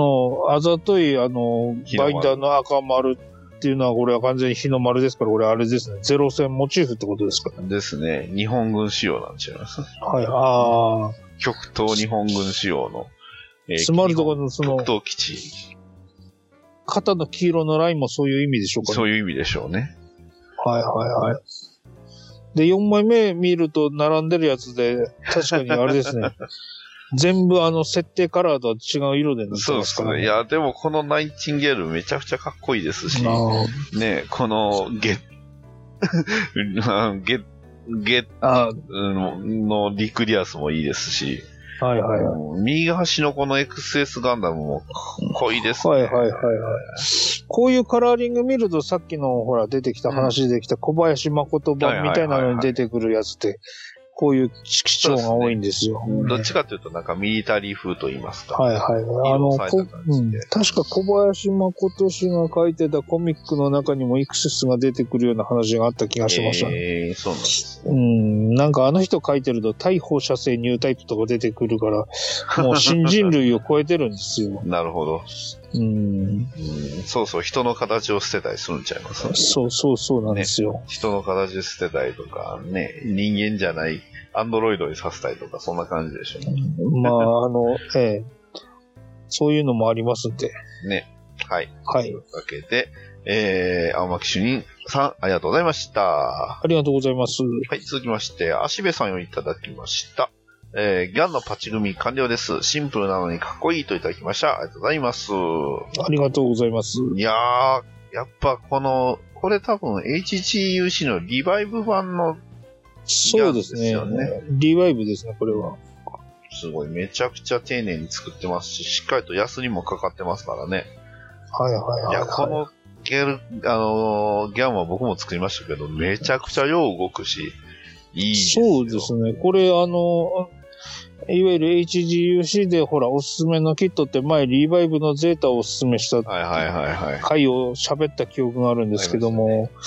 Speaker 2: の、あざとい、あの、
Speaker 1: 日の
Speaker 2: バ
Speaker 1: 丸
Speaker 2: インダーの赤丸っていうのは、これは完全に日の丸ですから、これあれですね。ゼロ戦モチーフってことですかね。
Speaker 1: ですね。日本軍仕様なんちゃいます
Speaker 2: はい。ああ、
Speaker 1: 極東日本軍仕様の。えー
Speaker 2: 詰まるところのその
Speaker 1: 極、東基地。
Speaker 2: 肩の黄色のラインもそういう意味でしょうかね。
Speaker 1: そういう意味でしょうね。
Speaker 2: はいはいはい。で、4枚目見ると並んでるやつで、確かにあれですね。 全部あの、設定カラーとは違う色で塗って
Speaker 1: そうで
Speaker 2: ます
Speaker 1: す
Speaker 2: から
Speaker 1: ね。いや、でもこのナイチンゲールめちゃくちゃかっこいいですし、ね
Speaker 2: あ
Speaker 1: この ゲ、ゲ、ゲ
Speaker 2: あああ
Speaker 1: ののリクリアスもいいですし、
Speaker 2: はいはいはい。
Speaker 1: うん右端のこの XS ガンダムも濃いですね。
Speaker 2: はいはいはいはい。こういうカラーリング見るとさっきのほら出てきた話でできた小林誠版みたいなのに出てくるやつって、こういう色調が多いんですよ。
Speaker 1: どっちかというとなんかミリタリー風と言いますか。
Speaker 2: はいはい。あの、
Speaker 1: 色彩
Speaker 2: こ
Speaker 1: とかですね
Speaker 2: うん、確か小林誠氏が書いてたコミックの中にもいくつが出てくるような話があった気がしましたね。
Speaker 1: えーそうなんですね。
Speaker 2: うん、なんかあの人書いてると、対放射性ニュータイプとか出てくるから、もう新人類を超えてるんですよ。
Speaker 1: なるほど、
Speaker 2: うん、
Speaker 1: うんそうそう、人の形を捨てたりするんちゃいます
Speaker 2: そうそうそうなんですよ。
Speaker 1: 人の形を捨てたりとか、ね、人間じゃない、アンドロイドにさせたりとか、そんな感じでしょうね。
Speaker 2: まあ、あの、ええ、そういうのもありますんで。
Speaker 1: ね。はい。
Speaker 2: はい
Speaker 1: というわけで、えー、青巻主任さん、ありがとうございました。
Speaker 2: ありがとうございます。
Speaker 1: はい、続きまして、足部さんをいただきました。えー、ギャンのパチ組完了です。シンプルなのにかっこいいといただきました。ありがとうございます。
Speaker 2: ありがとうございます。
Speaker 1: いやー、やっぱこの、これ多分 HGUC のリバイブ版の、
Speaker 2: そうです
Speaker 1: い
Speaker 2: ね
Speaker 1: やですよ。
Speaker 2: リバイブですね、これは。
Speaker 1: すごい、めちゃくちゃ丁寧に作ってますし、しっかりとヤスリもかかってますからね。
Speaker 2: はいはい
Speaker 1: い
Speaker 2: はい
Speaker 1: や、こ
Speaker 2: は
Speaker 1: のギャル、あのーギャンは僕も作りましたけど、めちゃくちゃよう動くし、いい
Speaker 2: い。
Speaker 1: ですよ
Speaker 2: そうですね。これ、あの、いわゆる HGUC でほら、おすすめのキットって前、リバイブのゼータをおすすめした
Speaker 1: はいはいはいはい。
Speaker 2: 回を喋った記憶があるんですけども、
Speaker 1: うん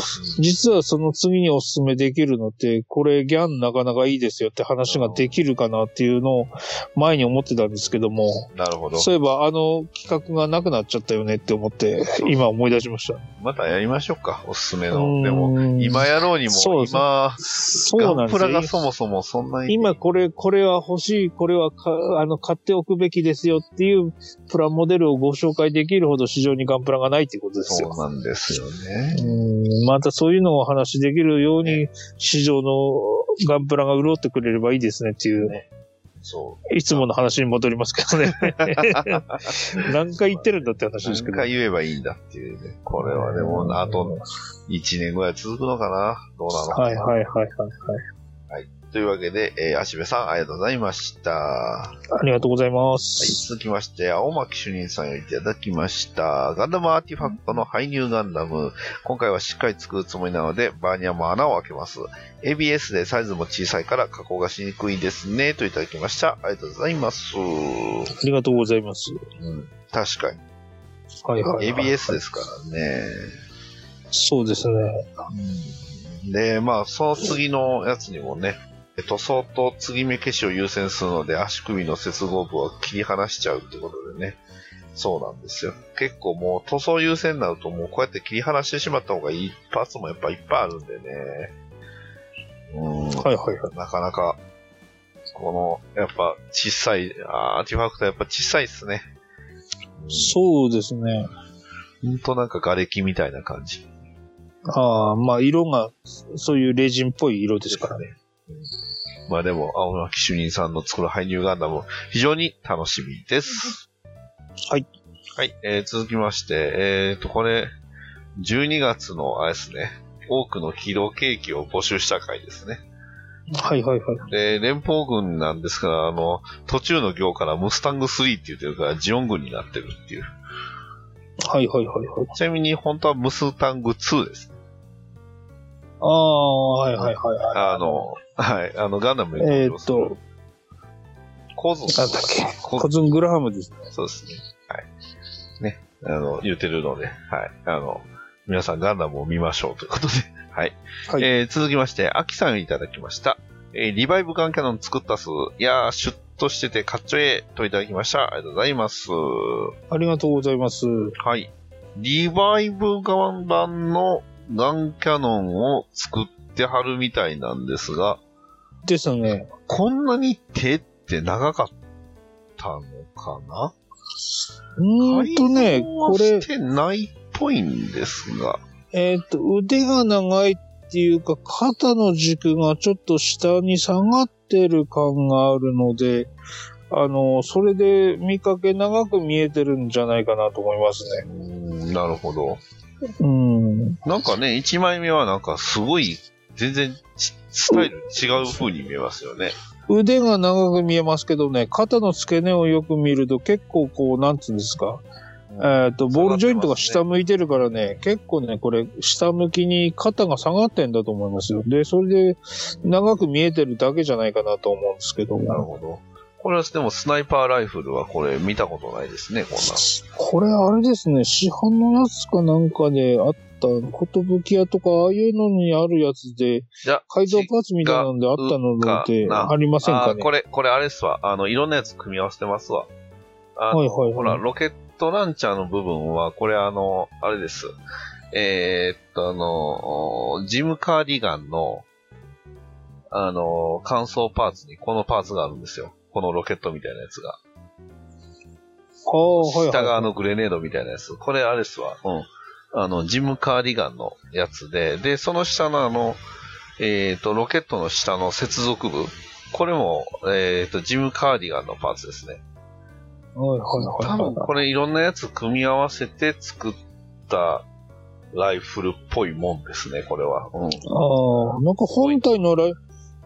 Speaker 2: 実はその次におすすめできるのって、これギャンなかなかいいですよって話ができるかなっていうのを前に思ってたんですけども、
Speaker 1: なるほど。
Speaker 2: そういえばあの企画がなくなっちゃったよねって思って、今思い出しました。
Speaker 1: またやりましょうか、おすすめ
Speaker 2: うー
Speaker 1: の。
Speaker 2: ん
Speaker 1: でも、今やろうに
Speaker 2: そう
Speaker 1: も、
Speaker 2: ですね
Speaker 1: 今、
Speaker 2: そうな
Speaker 1: ガ
Speaker 2: ん
Speaker 1: ン
Speaker 2: です
Speaker 1: プラ
Speaker 2: よ
Speaker 1: が。そもそもそんなに。
Speaker 2: 今これ、これは欲しい、これはかあの買っておくべきですよっていうプラモデルをご紹介できるほど市場にガンプラがないっていうことです
Speaker 1: そ
Speaker 2: よ
Speaker 1: う。なんですよね。
Speaker 2: うんまたそういうのをお話しできるように市場のガンプラが潤ってくれればいいですねっていう。
Speaker 1: そ
Speaker 2: いつもの話に戻りますけ どね。何回言ってるんだって話
Speaker 1: う。
Speaker 2: です
Speaker 1: 何
Speaker 2: けど。
Speaker 1: 回言えばいいんだっていうね。これはでも、あと1年ぐらい続くのかな。どうなのかな。
Speaker 2: はいはいはいはい。はい
Speaker 1: というわけで、えー、足部さん、ありがとうございました。は
Speaker 2: ありがとうございま
Speaker 1: い、
Speaker 2: す。
Speaker 1: 続きまして、青巻主任さんをいただきました。ガンダムアーティファクトの排入ガンダム。今回はしっかり作るつもりなので、バーニャも穴を開けます。ABS でサイズも小さいから加工がしにくいですね。といただきました。ありがとうございます。う
Speaker 2: ありがとうございます。
Speaker 1: ん、確かに。
Speaker 2: はいはい、はい。
Speaker 1: ABS ですからね。
Speaker 2: そうですね。
Speaker 1: で、まあ、その次のやつにもね、え塗装と継ぎ目消しを優先するので、足首の接合部を切り離しちゃうってことでね。そうなんですよ。結構もう塗装優先になると、もうこうやって切り離してしまった方がいいパーツもやっぱいっぱいあるんでね。うん。
Speaker 2: はいはいは
Speaker 1: なかなか、この、やっぱ小さい、あーアーティファクトやっぱ小さいっすね。
Speaker 2: い。そうですね。
Speaker 1: ほんとなんか瓦礫みたいな感じ。
Speaker 2: ああ、まあ色が、そういうレジンっぽい色ですからね。
Speaker 1: まあでも、青巻主任さんの作る俳優ガンダム、非常に楽しみです。
Speaker 2: はい。
Speaker 1: はい、えー続きまして、えーと、これ、12月の、あれですね、多くの起動ケーキを募集した回ですね。
Speaker 2: はいはいはい。
Speaker 1: で、連邦軍なんですが、あの、途中の行からムスタング3って言ってるから、ジオン軍になってるっていう。
Speaker 2: はいはいはいはい。
Speaker 1: ちなみに、本当はムスタング2ですね。
Speaker 2: ああ、はいはいはいはい。
Speaker 1: あの、はい、あの、ガンダムに登
Speaker 2: えー
Speaker 1: 場
Speaker 2: っ
Speaker 1: する
Speaker 2: と、
Speaker 1: コズン
Speaker 2: なんだっけ
Speaker 1: コズン
Speaker 2: コズングラハムですね。
Speaker 1: そうですね。はい。ね。あの、言ってるので、はい。あの、皆さんガンダムを見ましょうということで。 はい。
Speaker 2: はい
Speaker 1: えー続きまして、アキさんいただきました。えーリバイブガンキャノン作ったっす。いやー、シュッとしててかっちょええといただきました。ありがとうございます。は
Speaker 2: ありがとうございます。
Speaker 1: い。リバイブガン版のガンキャノンを作ってはるみたいなんですが、
Speaker 2: ですね。
Speaker 1: こんなに手って長かったのかな
Speaker 2: うーんとね、これ
Speaker 1: 改造は、してないっぽいんですが。
Speaker 2: えーっと、腕が長いっていうか、肩の軸がちょっと下に下がってる感があるので、あの、それで見かけ長く見えてるんじゃないかなと思いますね。
Speaker 1: なるほど。
Speaker 2: うん。
Speaker 1: なんかね、1枚目はなんかすごい、全然ちスタイル違う風に見えますよね。
Speaker 2: 腕が長く見えますけどね、肩の付け根をよく見ると結構こう、なんつうんですか、えーっと、ボールジョイントが下向いてるからね、結構ね、これ、下向きに肩が下がってんだと思いますよ。で、それで、長く見えてるだけじゃないかなと思うんですけど
Speaker 1: なる
Speaker 2: も。
Speaker 1: ほど。これはでもスナイパーライフルはこれ見たことないですね、こんな
Speaker 2: これ、あれですね、市販のやつかなんかであった、ことぶき屋とか、ああいうのにあるやつで、
Speaker 1: の。
Speaker 2: 改
Speaker 1: じゃ
Speaker 2: 造パーツみたいなのであったのって
Speaker 1: 違うかな
Speaker 2: ありません
Speaker 1: あ
Speaker 2: か
Speaker 1: ー
Speaker 2: ね
Speaker 1: これ、これあれっすわ。あの、いろんなやつ組み合わせてますわ。あの
Speaker 2: はいはいはい
Speaker 1: ほら、ロケットランチャーの部分は、これあの、あれです。えーっと、あの、ジムカーディガンの、あの、乾燥パーツにこのパーツがあるんですよ。このロケットみたいなやつが。
Speaker 2: ああ、はい、はい。
Speaker 1: 下側のグレネードみたいなやつ。これあれですわ。うん。あの、ジムカーディガンのやつで、で、その下のあの、えっ、と、ロケットの下の接続部。これも、えっ、と、ジムカーディガンのパーツですね。
Speaker 2: はいはいは
Speaker 1: 多
Speaker 2: いはい
Speaker 1: 分これいろんなやつ組み合わせて作ったライフルっぽいもんですね、これは。うん。
Speaker 2: ああ、なんか本体のライ、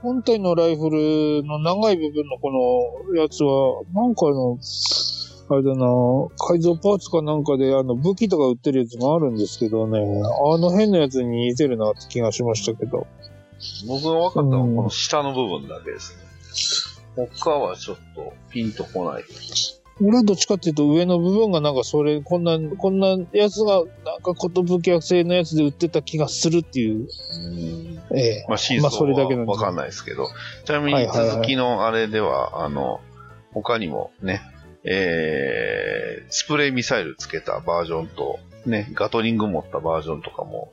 Speaker 2: 本体のライフルの長い部分のこのやつは、なんかあの、あれだな、改造パーツかなんかで、あの、武器とか売ってるやつがあるんですけどね、あの辺のやつに似てるなって気がしましたけど。
Speaker 1: 僕が分かったのは
Speaker 2: うん
Speaker 1: この下の部分だけですね。他はちょっとピンとこない。
Speaker 2: 俺はどっちかっていうと上の部分がなんかそれ、こんな、こんなやつが、なんかことぶき製のやつで売ってた気がするっていう、ええ。
Speaker 1: まあ、真
Speaker 2: まあそ
Speaker 1: 相
Speaker 2: れだけな
Speaker 1: は
Speaker 2: んです
Speaker 1: わかんないですけど、ちなみ
Speaker 2: はい
Speaker 1: に
Speaker 2: はいはい
Speaker 1: 続きのあれでは、あの、他にもね、えー、スプレーミサイルつけたバージョンと、ね、ガトリング持ったバージョンとかも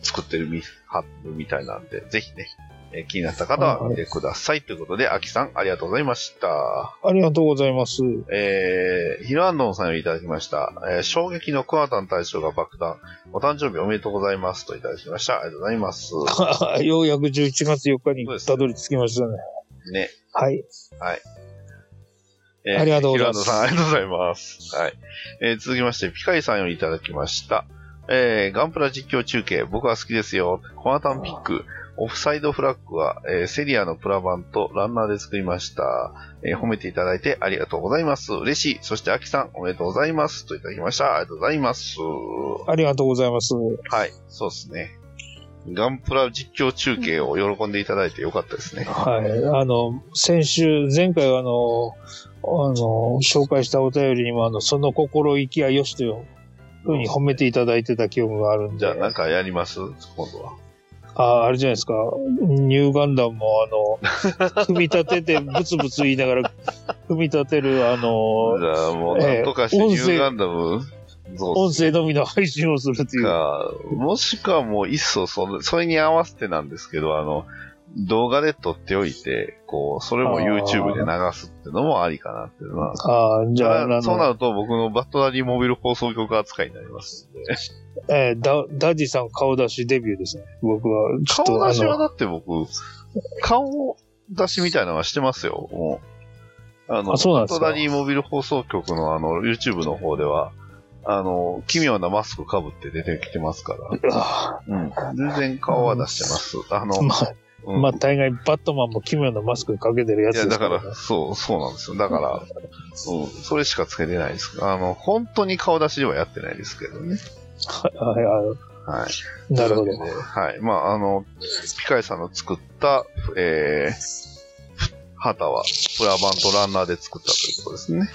Speaker 1: 作ってるみ、はみたいなんで、ぜひね、えー気になった方は見てください。ということで、秋さん、ありがとうございました。
Speaker 2: ありがとうございます。
Speaker 1: えー、ヒルアンドンさんよりいただきました。えー衝撃のクワタン大将が爆弾。お誕生日おめでとうございます。といただきました。ありがとうございます。
Speaker 2: ようやく11月4日にたどり着きましたね。
Speaker 1: ね。
Speaker 2: はい。
Speaker 1: え
Speaker 2: ありがとうございます
Speaker 1: ヒルアンドンさん、ありがとうございます。はい。えー続きまして、ピカイさんよりいただきました。えーガンプラ実況中継、僕は好きですよ。コナタンピック、オフサイドフラッグは、えーセリアのプラ版とランナーで作りました。えー褒めていただいてありがとうございます。嬉しい。そして、アキさん、おめでとうございます。といただきました。ありがとうございます。
Speaker 2: ありがとうございます。
Speaker 1: はい、そうですね。ガンプラ実況中継を喜んでいただいてよかったですね。
Speaker 2: はい。あの、先週、前回はあの、あの、紹介したお便りにも、あの、その心意気はよしというふうに褒めていただいてた記憶があるん
Speaker 1: じ
Speaker 2: で、
Speaker 1: ゃあ、な
Speaker 2: あ
Speaker 1: んかやります今度は。
Speaker 2: あ、あれじゃないですか、ニューガンダムも あの、組み立ててブツブツ言いながら、組み立てる、あの、
Speaker 1: じゃあ、もう、なんとかして、
Speaker 2: ええ
Speaker 1: ニューガンダム、そう
Speaker 2: 音声のみの配信をするという。
Speaker 1: か、もしくはもう、いっそ、そのそれに合わせてなんですけど、あの、動画で撮っておいて、こう、それも YouTube で流すってのもありかなっていうのは。
Speaker 2: ああ、じゃあ、あ
Speaker 1: ただそうな
Speaker 2: の、
Speaker 1: ると僕のバットダディモビル放送局扱いになりますんで。
Speaker 2: えーダダディさん顔出しデビューですね。僕は、ちょっと、
Speaker 1: 顔出し
Speaker 2: あの
Speaker 1: はだって僕、顔出しみたいなのはしてますよ、もう。あの、
Speaker 2: あそうなんですか
Speaker 1: トダリーモビル放送局のあの、YouTube の方では、あの、奇妙なマスク被って出てきてますから、
Speaker 2: あ
Speaker 1: うん。全然顔は出してます。あの
Speaker 2: ー、まあ、
Speaker 1: うん
Speaker 2: まあ、大概バットマンも奇妙なマスクかけてるや
Speaker 1: い
Speaker 2: つ
Speaker 1: や、
Speaker 2: で
Speaker 1: だ
Speaker 2: す
Speaker 1: か
Speaker 2: ね
Speaker 1: ら、そう、そうなんですよ。だから、うん、それしかつけてないです。あの、本当に顔出しではやってないですけどね。
Speaker 2: はいは
Speaker 1: はい。
Speaker 2: い、なるほ
Speaker 1: という
Speaker 2: ど。
Speaker 1: わけではい。まあ、あの、ピカイさんの作った、えー、旗は、プラバンとランナーで作ったということですね。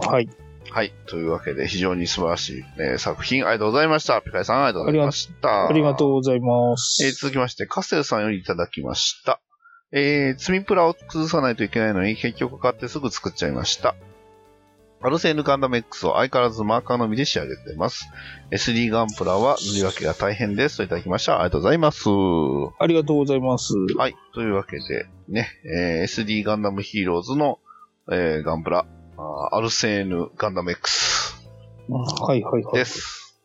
Speaker 2: はい。
Speaker 1: はい。というわけで、非常に素晴らしい、えー作品、ありがとうございました。ピカイさん、ありがとうございました。
Speaker 2: ありがとう
Speaker 1: う。
Speaker 2: ございま
Speaker 1: えー
Speaker 2: す。
Speaker 1: 続きまして、カステルさんよりいただきました。えー、積みプラを崩さないといけないのに、結局買ってすぐ作っちゃいました。アルセーヌガンダム X を相変わらずマーカーのみで仕上げています。SD ガンプラは塗り分けが大変です。といただきました。ありがとうございます。
Speaker 2: ありがとうございます。
Speaker 1: はい。というわけで、ね、えー SD ガンダムヒーローズの、えーガンプラ、あーアルセーヌガンダム X
Speaker 2: はいはいはい
Speaker 1: で。す。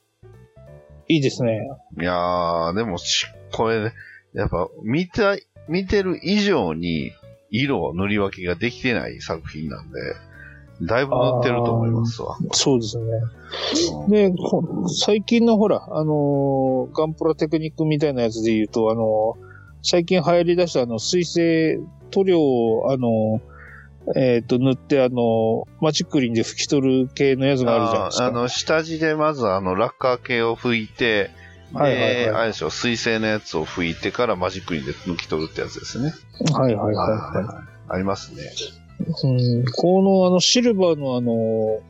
Speaker 2: いいですね。
Speaker 1: いやー、でもし、これ、やっぱ、見た、見てる以上に、色を塗り分けができてない作品なんで、だいぶ塗ってると思いますわ。
Speaker 2: そうですね。
Speaker 1: うん
Speaker 2: で、こ最近のほら、あのーガンプラテクニックみたいなやつで言うと、あのー最近流行り出したあの、水星塗料を、あの、えっ、と、塗って、あの、マジックリンで拭き取る系のやつがあるじゃないです
Speaker 1: あ
Speaker 2: か。
Speaker 1: あの、下地でまずあの、ラッカー系を拭いて、で、
Speaker 2: はいはいはい
Speaker 1: あれでしょ、水性のやつを拭いてからマジックリンで抜き取るってやつですね。
Speaker 2: はいはいはいはい。
Speaker 1: ありますね。
Speaker 2: うん、このあのシルバーのあの、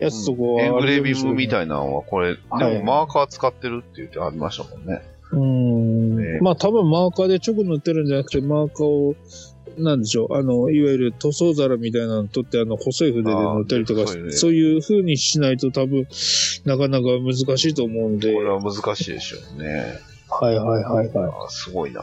Speaker 2: やつとか
Speaker 1: うんエン
Speaker 2: はあ
Speaker 1: グレ
Speaker 2: れ
Speaker 1: ー
Speaker 2: で
Speaker 1: ビ
Speaker 2: す
Speaker 1: ン
Speaker 2: よね、
Speaker 1: グみたいなのは、これ、
Speaker 2: はい
Speaker 1: でもマーカー使ってるって言ってありましたもんね。
Speaker 2: うん。
Speaker 1: ね
Speaker 2: まあ多分マーカーで直塗ってるんじゃなくて、マーカーを、なんでしょう、あの、いわゆる塗装皿みたいなの取って、あの、細い筆で塗ったりと
Speaker 1: あ
Speaker 2: か、
Speaker 1: ーそういうね
Speaker 2: そういう風にしないと多分、なかなか難しいと思うんで。
Speaker 1: これは難しいでしょうね。
Speaker 2: はいはいはいは
Speaker 1: あすごいな。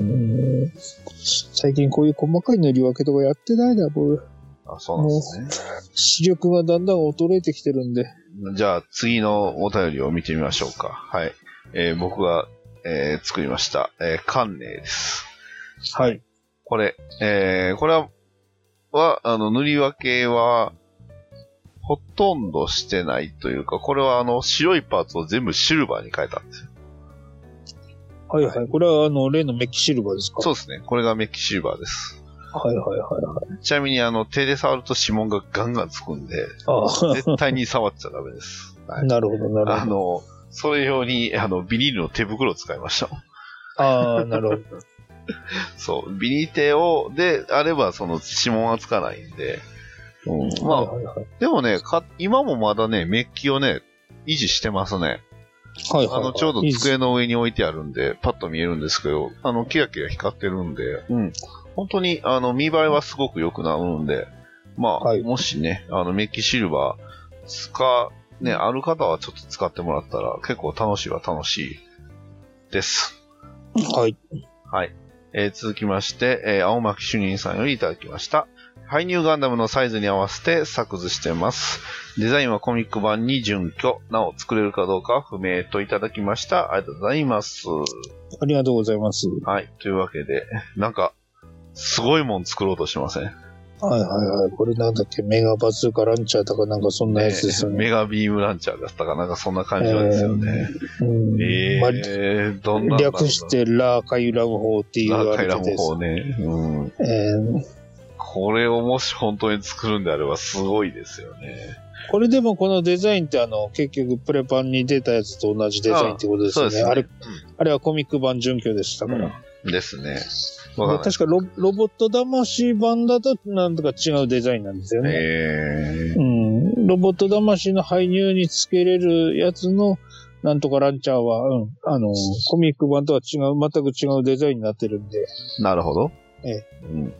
Speaker 2: い。うん最近こういう細かい塗り分けとかやってないな、僕。
Speaker 1: あそうなんですね。
Speaker 2: 視力がだんだん衰えてきてるんで。
Speaker 1: じゃあ次のお便りを見てみましょうか。はい。えー僕が、えー作りました。えー、カンネです。
Speaker 2: はい。
Speaker 1: これ、えーこれは、は、あの、塗り分けは、ほとんどしてないというか、これはあの、白いパーツを全部シルバーに変えたんですよ。
Speaker 2: はいはい。これはあの、例のメッキシルバーですか
Speaker 1: そうですね。これがメッキシルバーです。
Speaker 2: はいはいはいはい。
Speaker 1: ちなみにあの、手で触ると指紋がガンガンつくん で、
Speaker 2: あ
Speaker 1: 絶対に触っちゃダメです。は
Speaker 2: あ、
Speaker 1: い、
Speaker 2: なるほどなる
Speaker 1: あ
Speaker 2: ほど。
Speaker 1: の、それ用に、あの、ビニールの手袋を使いました。
Speaker 2: ああ、なるほど。
Speaker 1: そう、ビニテを、で、あれば、その、指紋はつかないんで、うん、まあ、
Speaker 2: はいはいはい。
Speaker 1: でもねか、今もまだね、メッキをね、維持してますね。
Speaker 2: はいはい
Speaker 1: あ
Speaker 2: は
Speaker 1: の、
Speaker 2: い
Speaker 1: ちょうど机の上に置いてあるんで、パッと見えるんですけど、あの、キラキラ光ってるんで、うん。本当に、あの、見栄えはすごく良くなるんで、まあ、
Speaker 2: はい
Speaker 1: もしね、あの、メッキシルバー、使、ね、ある方はちょっと使ってもらったら、結構楽しいは楽しいです。
Speaker 2: はい。
Speaker 1: はい。えー続きまして、えー青巻主任さんよりいただきました。ハイニューガンダムのサイズに合わせて作図してます。デザインはコミック版に準拠。なお作れるかどうかは不明といただきました。ありがとうございます。
Speaker 2: ありがとうございます。
Speaker 1: はい。というわけで、なんか、すごいもん作ろうとしてません。
Speaker 2: はいはいはい。これなんだっけメガバズーカランチャーとかなんかそんなやつですよ
Speaker 1: えー
Speaker 2: ね。
Speaker 1: メガビームランチャーだったかなんかそんな感じなんですよね。
Speaker 2: うん
Speaker 1: え
Speaker 2: ま
Speaker 1: ー、どんなんだろう
Speaker 2: 略してラーカイラム法っていう
Speaker 1: ラ
Speaker 2: あ
Speaker 1: ーカ
Speaker 2: れ
Speaker 1: イラム
Speaker 2: です
Speaker 1: 法。ね。うん。
Speaker 2: えー
Speaker 1: これをもし本当に作るんであればすごいですよね。
Speaker 2: これでもこのデザインってあの、結局プレパンに出たやつと同じデザインってことですよね。あれ、あれはコミック版準拠でしたから。
Speaker 1: うんですね。わかんない
Speaker 2: 確かロロボット魂版だとなんとか違うデザインなんですよね。
Speaker 1: え
Speaker 2: うん、ロボット魂の配入につけれるやつの、なんとかランチャーは、うん、あの、コミック版とは違う、全く違うデザインになってるんで、
Speaker 1: ー、なるほど。
Speaker 2: ええ
Speaker 1: うん、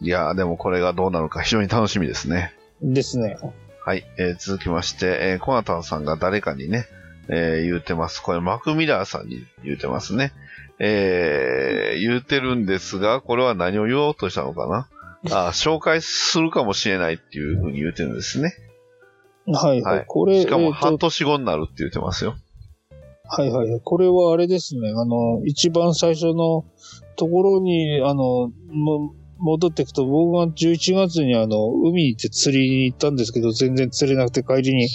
Speaker 1: いやー、でもこれがどうなるか非常に楽しみですね。
Speaker 2: ですね。
Speaker 1: はい、えー続きまして、えーコナタンさんが誰かにね、えー言うてます。これ、マクミラーさんに言うてますね。えー言うてるんですが、これは何を言おうとしたのかな あー紹介するかもしれないっていうふうに言うてるんですね。
Speaker 2: はい、
Speaker 1: は
Speaker 2: はいい。これ、
Speaker 1: しか
Speaker 2: え
Speaker 1: も
Speaker 2: ーと
Speaker 1: 半年後になるって言ってますよ。
Speaker 2: はいはい。これはあれですね。あの、一番最初のところに、あの、も戻っていくと、僕が11月にあの、海に行って釣りに行ったんですけど、全然釣れなくて帰りに、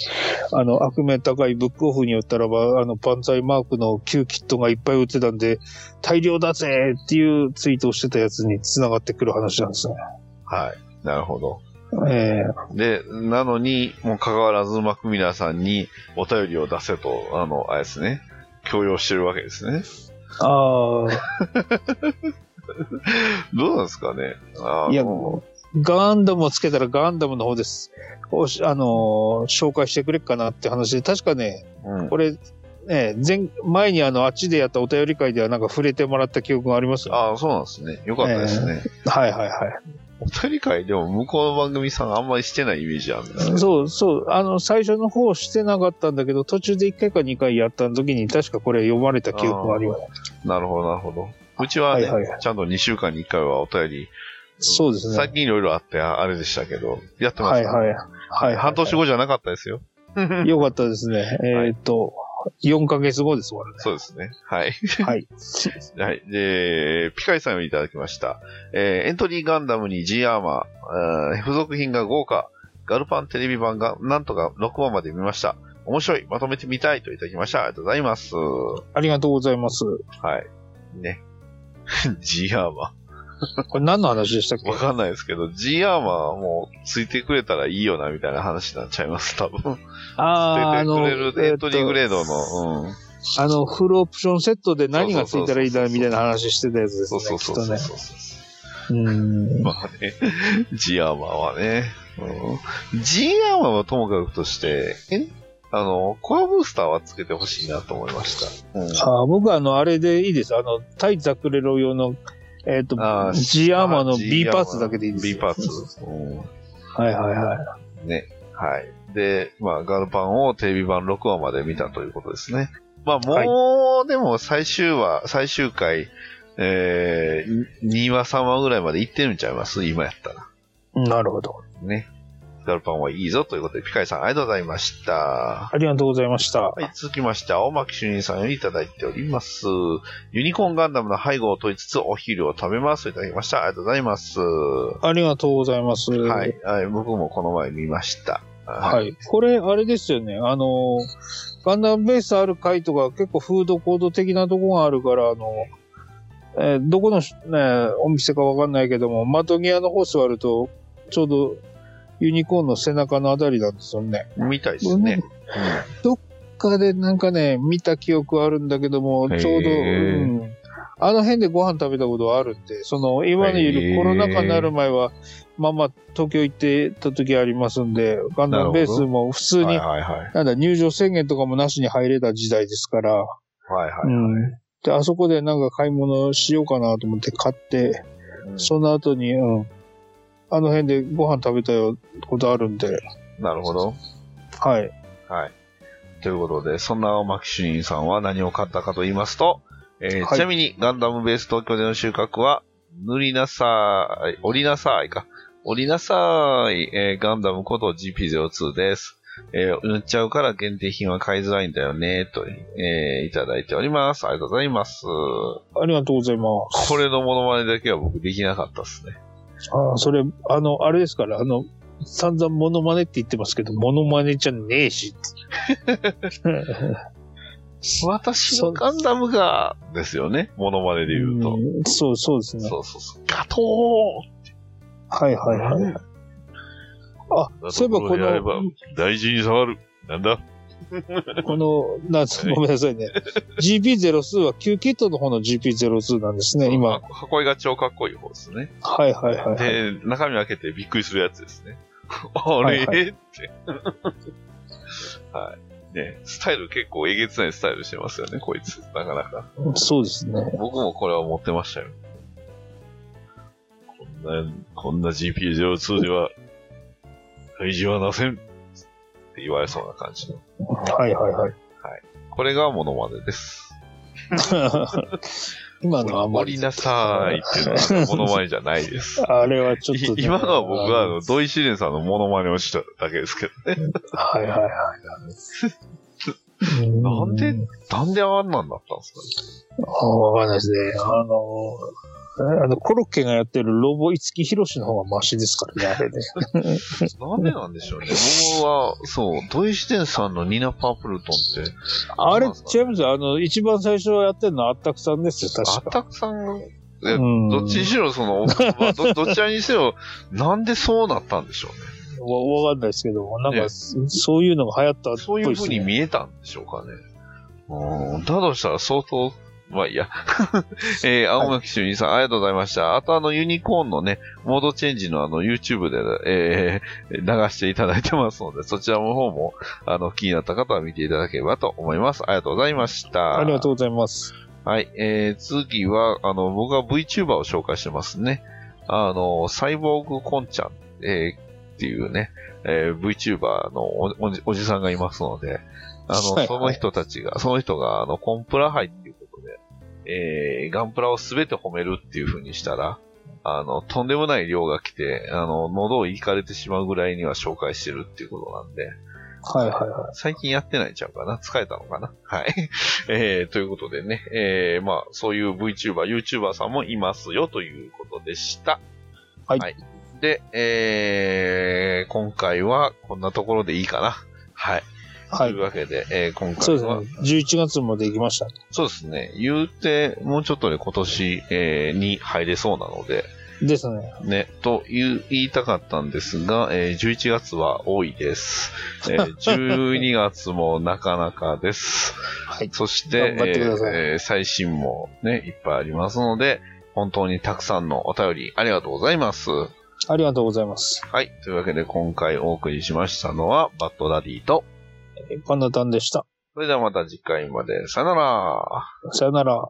Speaker 2: あの、悪名高いブックオフに寄ったらば、あの、パンツァイマークの旧キットがいっぱい売ってたんで、大量だぜっていうツイートをしてたやつに繋がってくる話なんですね。
Speaker 1: はい。なるほど。
Speaker 2: ええ
Speaker 1: で、なのに、もう関わらず、マクミラーさんにお便りを出せと、あの、あれですね、強要してるわけですね。
Speaker 2: あ
Speaker 1: どうなんですかね。あ
Speaker 2: あ、
Speaker 1: ー
Speaker 2: いや、
Speaker 1: も
Speaker 2: もうガンダムをつけたらガンダムの方です。おしあのー紹介してくれっかなって話で、確かね、
Speaker 1: う、うん、
Speaker 2: これ、ね、前、前にあの、あっちでやったお便り会ではなんか触れてもらった記憶がありますよ。
Speaker 1: ああ、そうなんですね。よかったですね。
Speaker 2: はいはいは
Speaker 1: お便り会でも向こうの番組さんあんまりしてないイメージあるんです
Speaker 2: い。
Speaker 1: ね。
Speaker 2: そうそう、あの、最初の方してなかったんだけど、途中で1回か2回やった時に確かこれ読まれた記憶があります。
Speaker 1: なるほど、なるほど。うちはね、
Speaker 2: はいは
Speaker 1: ちゃんと2週間に1回はお便り、
Speaker 2: そうですね。
Speaker 1: 最近いろいろあって、ああれでしたけど、やってま
Speaker 2: は
Speaker 1: し
Speaker 2: い
Speaker 1: た。
Speaker 2: はい。はいはい。
Speaker 1: 半年後じゃなかったですよ。
Speaker 2: よかったですね。えーっと、4ヶ月後です、こ
Speaker 1: そうですね。はい。
Speaker 2: れ。はい。
Speaker 1: はい。で、ピカイさんよりいただきました。えーエントリーガンダムに G アーマーあー、付属品が豪華、ガルパンテレビ版がなんとか6話まで見ました。面白い、まとめてみたいといただきました。ありがとうございます。は
Speaker 2: ありがとうございます。
Speaker 1: い。ね。G アーマ
Speaker 2: これ何の話でしたっけ
Speaker 1: わかんないですけど、G アーマーはもうついてくれたらいいよな、みたいな話になっちゃいます、多分。ついて
Speaker 2: ああー、あ
Speaker 1: く
Speaker 2: の、
Speaker 1: れるエントリーグ
Speaker 2: えっ
Speaker 1: レードの、うん。
Speaker 2: とあの、フルオプションセットで何がついたらいいだみたいな話してたやつです
Speaker 1: そう
Speaker 2: ね。
Speaker 1: そう
Speaker 2: き
Speaker 1: そ
Speaker 2: っ
Speaker 1: う
Speaker 2: と
Speaker 1: そう
Speaker 2: ね。
Speaker 1: そう。
Speaker 2: うん。
Speaker 1: まあね、G アーマーはね。うん、G アーマーはともかくとして、えあの、コアブースターはつけてほしいなと思いました。うん
Speaker 2: あー僕はあの、あれでいいです。あの、対ザクレロ用の、えっ、と
Speaker 1: あ、ー
Speaker 2: G アーマーの
Speaker 1: G
Speaker 2: B パーツだけでいいです。
Speaker 1: B パー。ツ。うん
Speaker 2: はいはいはい。
Speaker 1: ね。はい。で、まあ、ガルパンをテレビ版6話まで見たということですね。まあ、もう、でも最終話、最終回、えー、2話3話ぐらいまで行ってるんちゃいます今やったら。
Speaker 2: なるほど。
Speaker 1: ね。ガルパンはいいぞということで、ピカイさんありがとうございました。
Speaker 2: ありがとうございました。
Speaker 1: はい、続きまして、青巻主任さんよりいただいております。ユニコーンガンダムの背後を取りつつ、お昼を食べます。いただきました。ありがとうございます。は。
Speaker 2: ありがとうございます。はい。
Speaker 1: はい、僕もこの前見ました。はい
Speaker 2: これ、あれですよね。あの、ガンダムベースある回とか結構フードコード的なとこがあるから、あの、えーどこのし、ね、お店かわかんないけども、窓際の方座ると、ちょうどユニコーンの背中のあたりなんですよね。
Speaker 1: 見たいですね。
Speaker 2: 他でなんかね、見た記憶あるんだけども、
Speaker 1: へー
Speaker 2: ちょうど、うん。あの辺でご飯食べたことはあるんで、その、今のい
Speaker 1: へー
Speaker 2: るコロナ禍になる前は、まあまあ、東京行ってた時ありますんで、ガンダムベースも普通
Speaker 1: はい
Speaker 2: に
Speaker 1: はいはい。
Speaker 2: なんだ、入場制限とかもなしに入れた時代ですから、
Speaker 1: はいは
Speaker 2: うん。で、あそこでなんか買い物しようかなと思って買って、
Speaker 1: い。うん
Speaker 2: その後に、うん。あの辺でご飯食べたよことあるんで、
Speaker 1: なるほど。
Speaker 2: はい。
Speaker 1: はい。ということで、そんな青巻主任さんは何を買ったかと言いますと、えー
Speaker 2: はい
Speaker 1: ちなみにガンダムベース東京での収穫は、塗りなさい、折りなさいか。折りなさい、えーガンダムこと GP02 です。えー塗っちゃうから限定品は買いづらいんだよね、と、えーいただいております。ありがとうございます。こ
Speaker 2: ありがとうございます。
Speaker 1: れのモノマネだけは僕できなかったですね。
Speaker 2: ああ、それ、あの、あれですから、あの、散々モノマネって言ってますけど、モノマネじゃね えし。
Speaker 1: 私
Speaker 2: そ
Speaker 1: の
Speaker 2: う
Speaker 1: ガンダムが、ですよね。モノマネで言うと。
Speaker 2: んそう、そうですね。
Speaker 1: そうそうそう。ガトー
Speaker 2: はいはいはい。あ、そういえばこ
Speaker 1: やれば
Speaker 2: の、
Speaker 1: 大事に触る。なんだ
Speaker 2: この、なんつごめんなさいね。GP02 は Q キットの方の GP02 なんですね、今。
Speaker 1: 箱箱絵が超かっこいい方ですね。
Speaker 2: はいはいはいはい。
Speaker 1: で、中身開けてびっくりするやつです ね。あれ、
Speaker 2: はいは
Speaker 1: って。はい。ね、スタイル結構えげつないスタイルしてますよね、こいつ。なかなか。
Speaker 2: そうですね。
Speaker 1: 僕もこれは持ってましたよ。こんな、こんな GP02 では、大事はなせんって言われそうな感じの。
Speaker 2: はいはいはい。
Speaker 1: これがモノマネです。
Speaker 2: 今のはあんま
Speaker 1: 降り
Speaker 2: り。
Speaker 1: なさいっていうのはモノマネじゃないです。
Speaker 2: あれ はちょっ
Speaker 1: い
Speaker 2: とね、
Speaker 1: 今のは僕はあの
Speaker 2: は
Speaker 1: 土井シレンさんのモノマネをしただけですけ
Speaker 2: いはいはい。
Speaker 1: ど。なんで
Speaker 2: う、
Speaker 1: なんであんなんだったんですかね
Speaker 2: あわかんないですね。あの、あの、コロッケがやってるロボ五木ひろしの方がマシですからね、あれ ね。
Speaker 1: なんでなんでしょうね。僕は、そう、土井シレンさんのニナ・パープルトンって、
Speaker 2: あれ、違いますよ。あの、一番最初やってるのはあったくさんですよ、
Speaker 1: あ
Speaker 2: 確
Speaker 1: っ
Speaker 2: か。
Speaker 1: たくさん、
Speaker 2: う
Speaker 1: え
Speaker 2: ん
Speaker 1: どっちにしろそ の、まあどどちらにせよ、なんでそうなったんでしょう
Speaker 2: わわかんないですけども、なん
Speaker 1: ね
Speaker 2: か、そういうのが流行ったっ
Speaker 1: ね。そうい
Speaker 2: ぽ
Speaker 1: う
Speaker 2: いです
Speaker 1: 風に
Speaker 2: ね。
Speaker 1: 見えたんでしょうかね。うん、だとしたら相当、まあい いや。えー、青巻主任さん、ありがとうございました。あとあの、ユニコーンのね、モードチェンジのあの、YouTube で、えー流していただいてますので、そちらの方も、あの、気になった方は見ていただければと思います。ありがとうございました。
Speaker 2: ありがとうございます。
Speaker 1: はい、えー、次は、あの、僕は VTuber を紹介してますね。あの、サイボーグコンちゃん、えーっていうね、えー VTuber のおおじおじさんがいますので、あの、
Speaker 2: はい
Speaker 1: その人たちが、その人が、あの、コンプラ杯っていうことで、えーガンプラをすべて褒めるっていう風にしたら、あの、とんでもない量が来て、あの、喉をいかれてしまうぐらいには紹介してるっていうことなんで、
Speaker 2: はいはいは
Speaker 1: 最近やってないんちゃうかな疲れたのかなはい。 えー、ということでね、えー、まあ、そういう VTuber、YouTuber さんもいますよということでした。
Speaker 2: はい
Speaker 1: で、えー、今回はこんなところでいいかな。はい。と
Speaker 2: はい
Speaker 1: いう。わけで、えー今
Speaker 2: そう
Speaker 1: 回
Speaker 2: ですね
Speaker 1: は、。
Speaker 2: 11月まで行きましたね。
Speaker 1: そうですね。言うて、もうちょっとで今年、えーに入れそうなので、
Speaker 2: ですね。
Speaker 1: ね、と言う言いたかったんですが、えー11月は多いです。えー12月もなかなかです。
Speaker 2: はい。
Speaker 1: そして
Speaker 2: 頑張ってください
Speaker 1: えーえー最新もね、いっぱいありますので、本当にたくさんのお便りありがとうございます。は
Speaker 2: ありがとうございます。
Speaker 1: い。というわけで今回お送りしましたのは、バッドダディと、
Speaker 2: パンダタンでした。
Speaker 1: それではまた次回まで。さよなら。
Speaker 2: さよなら。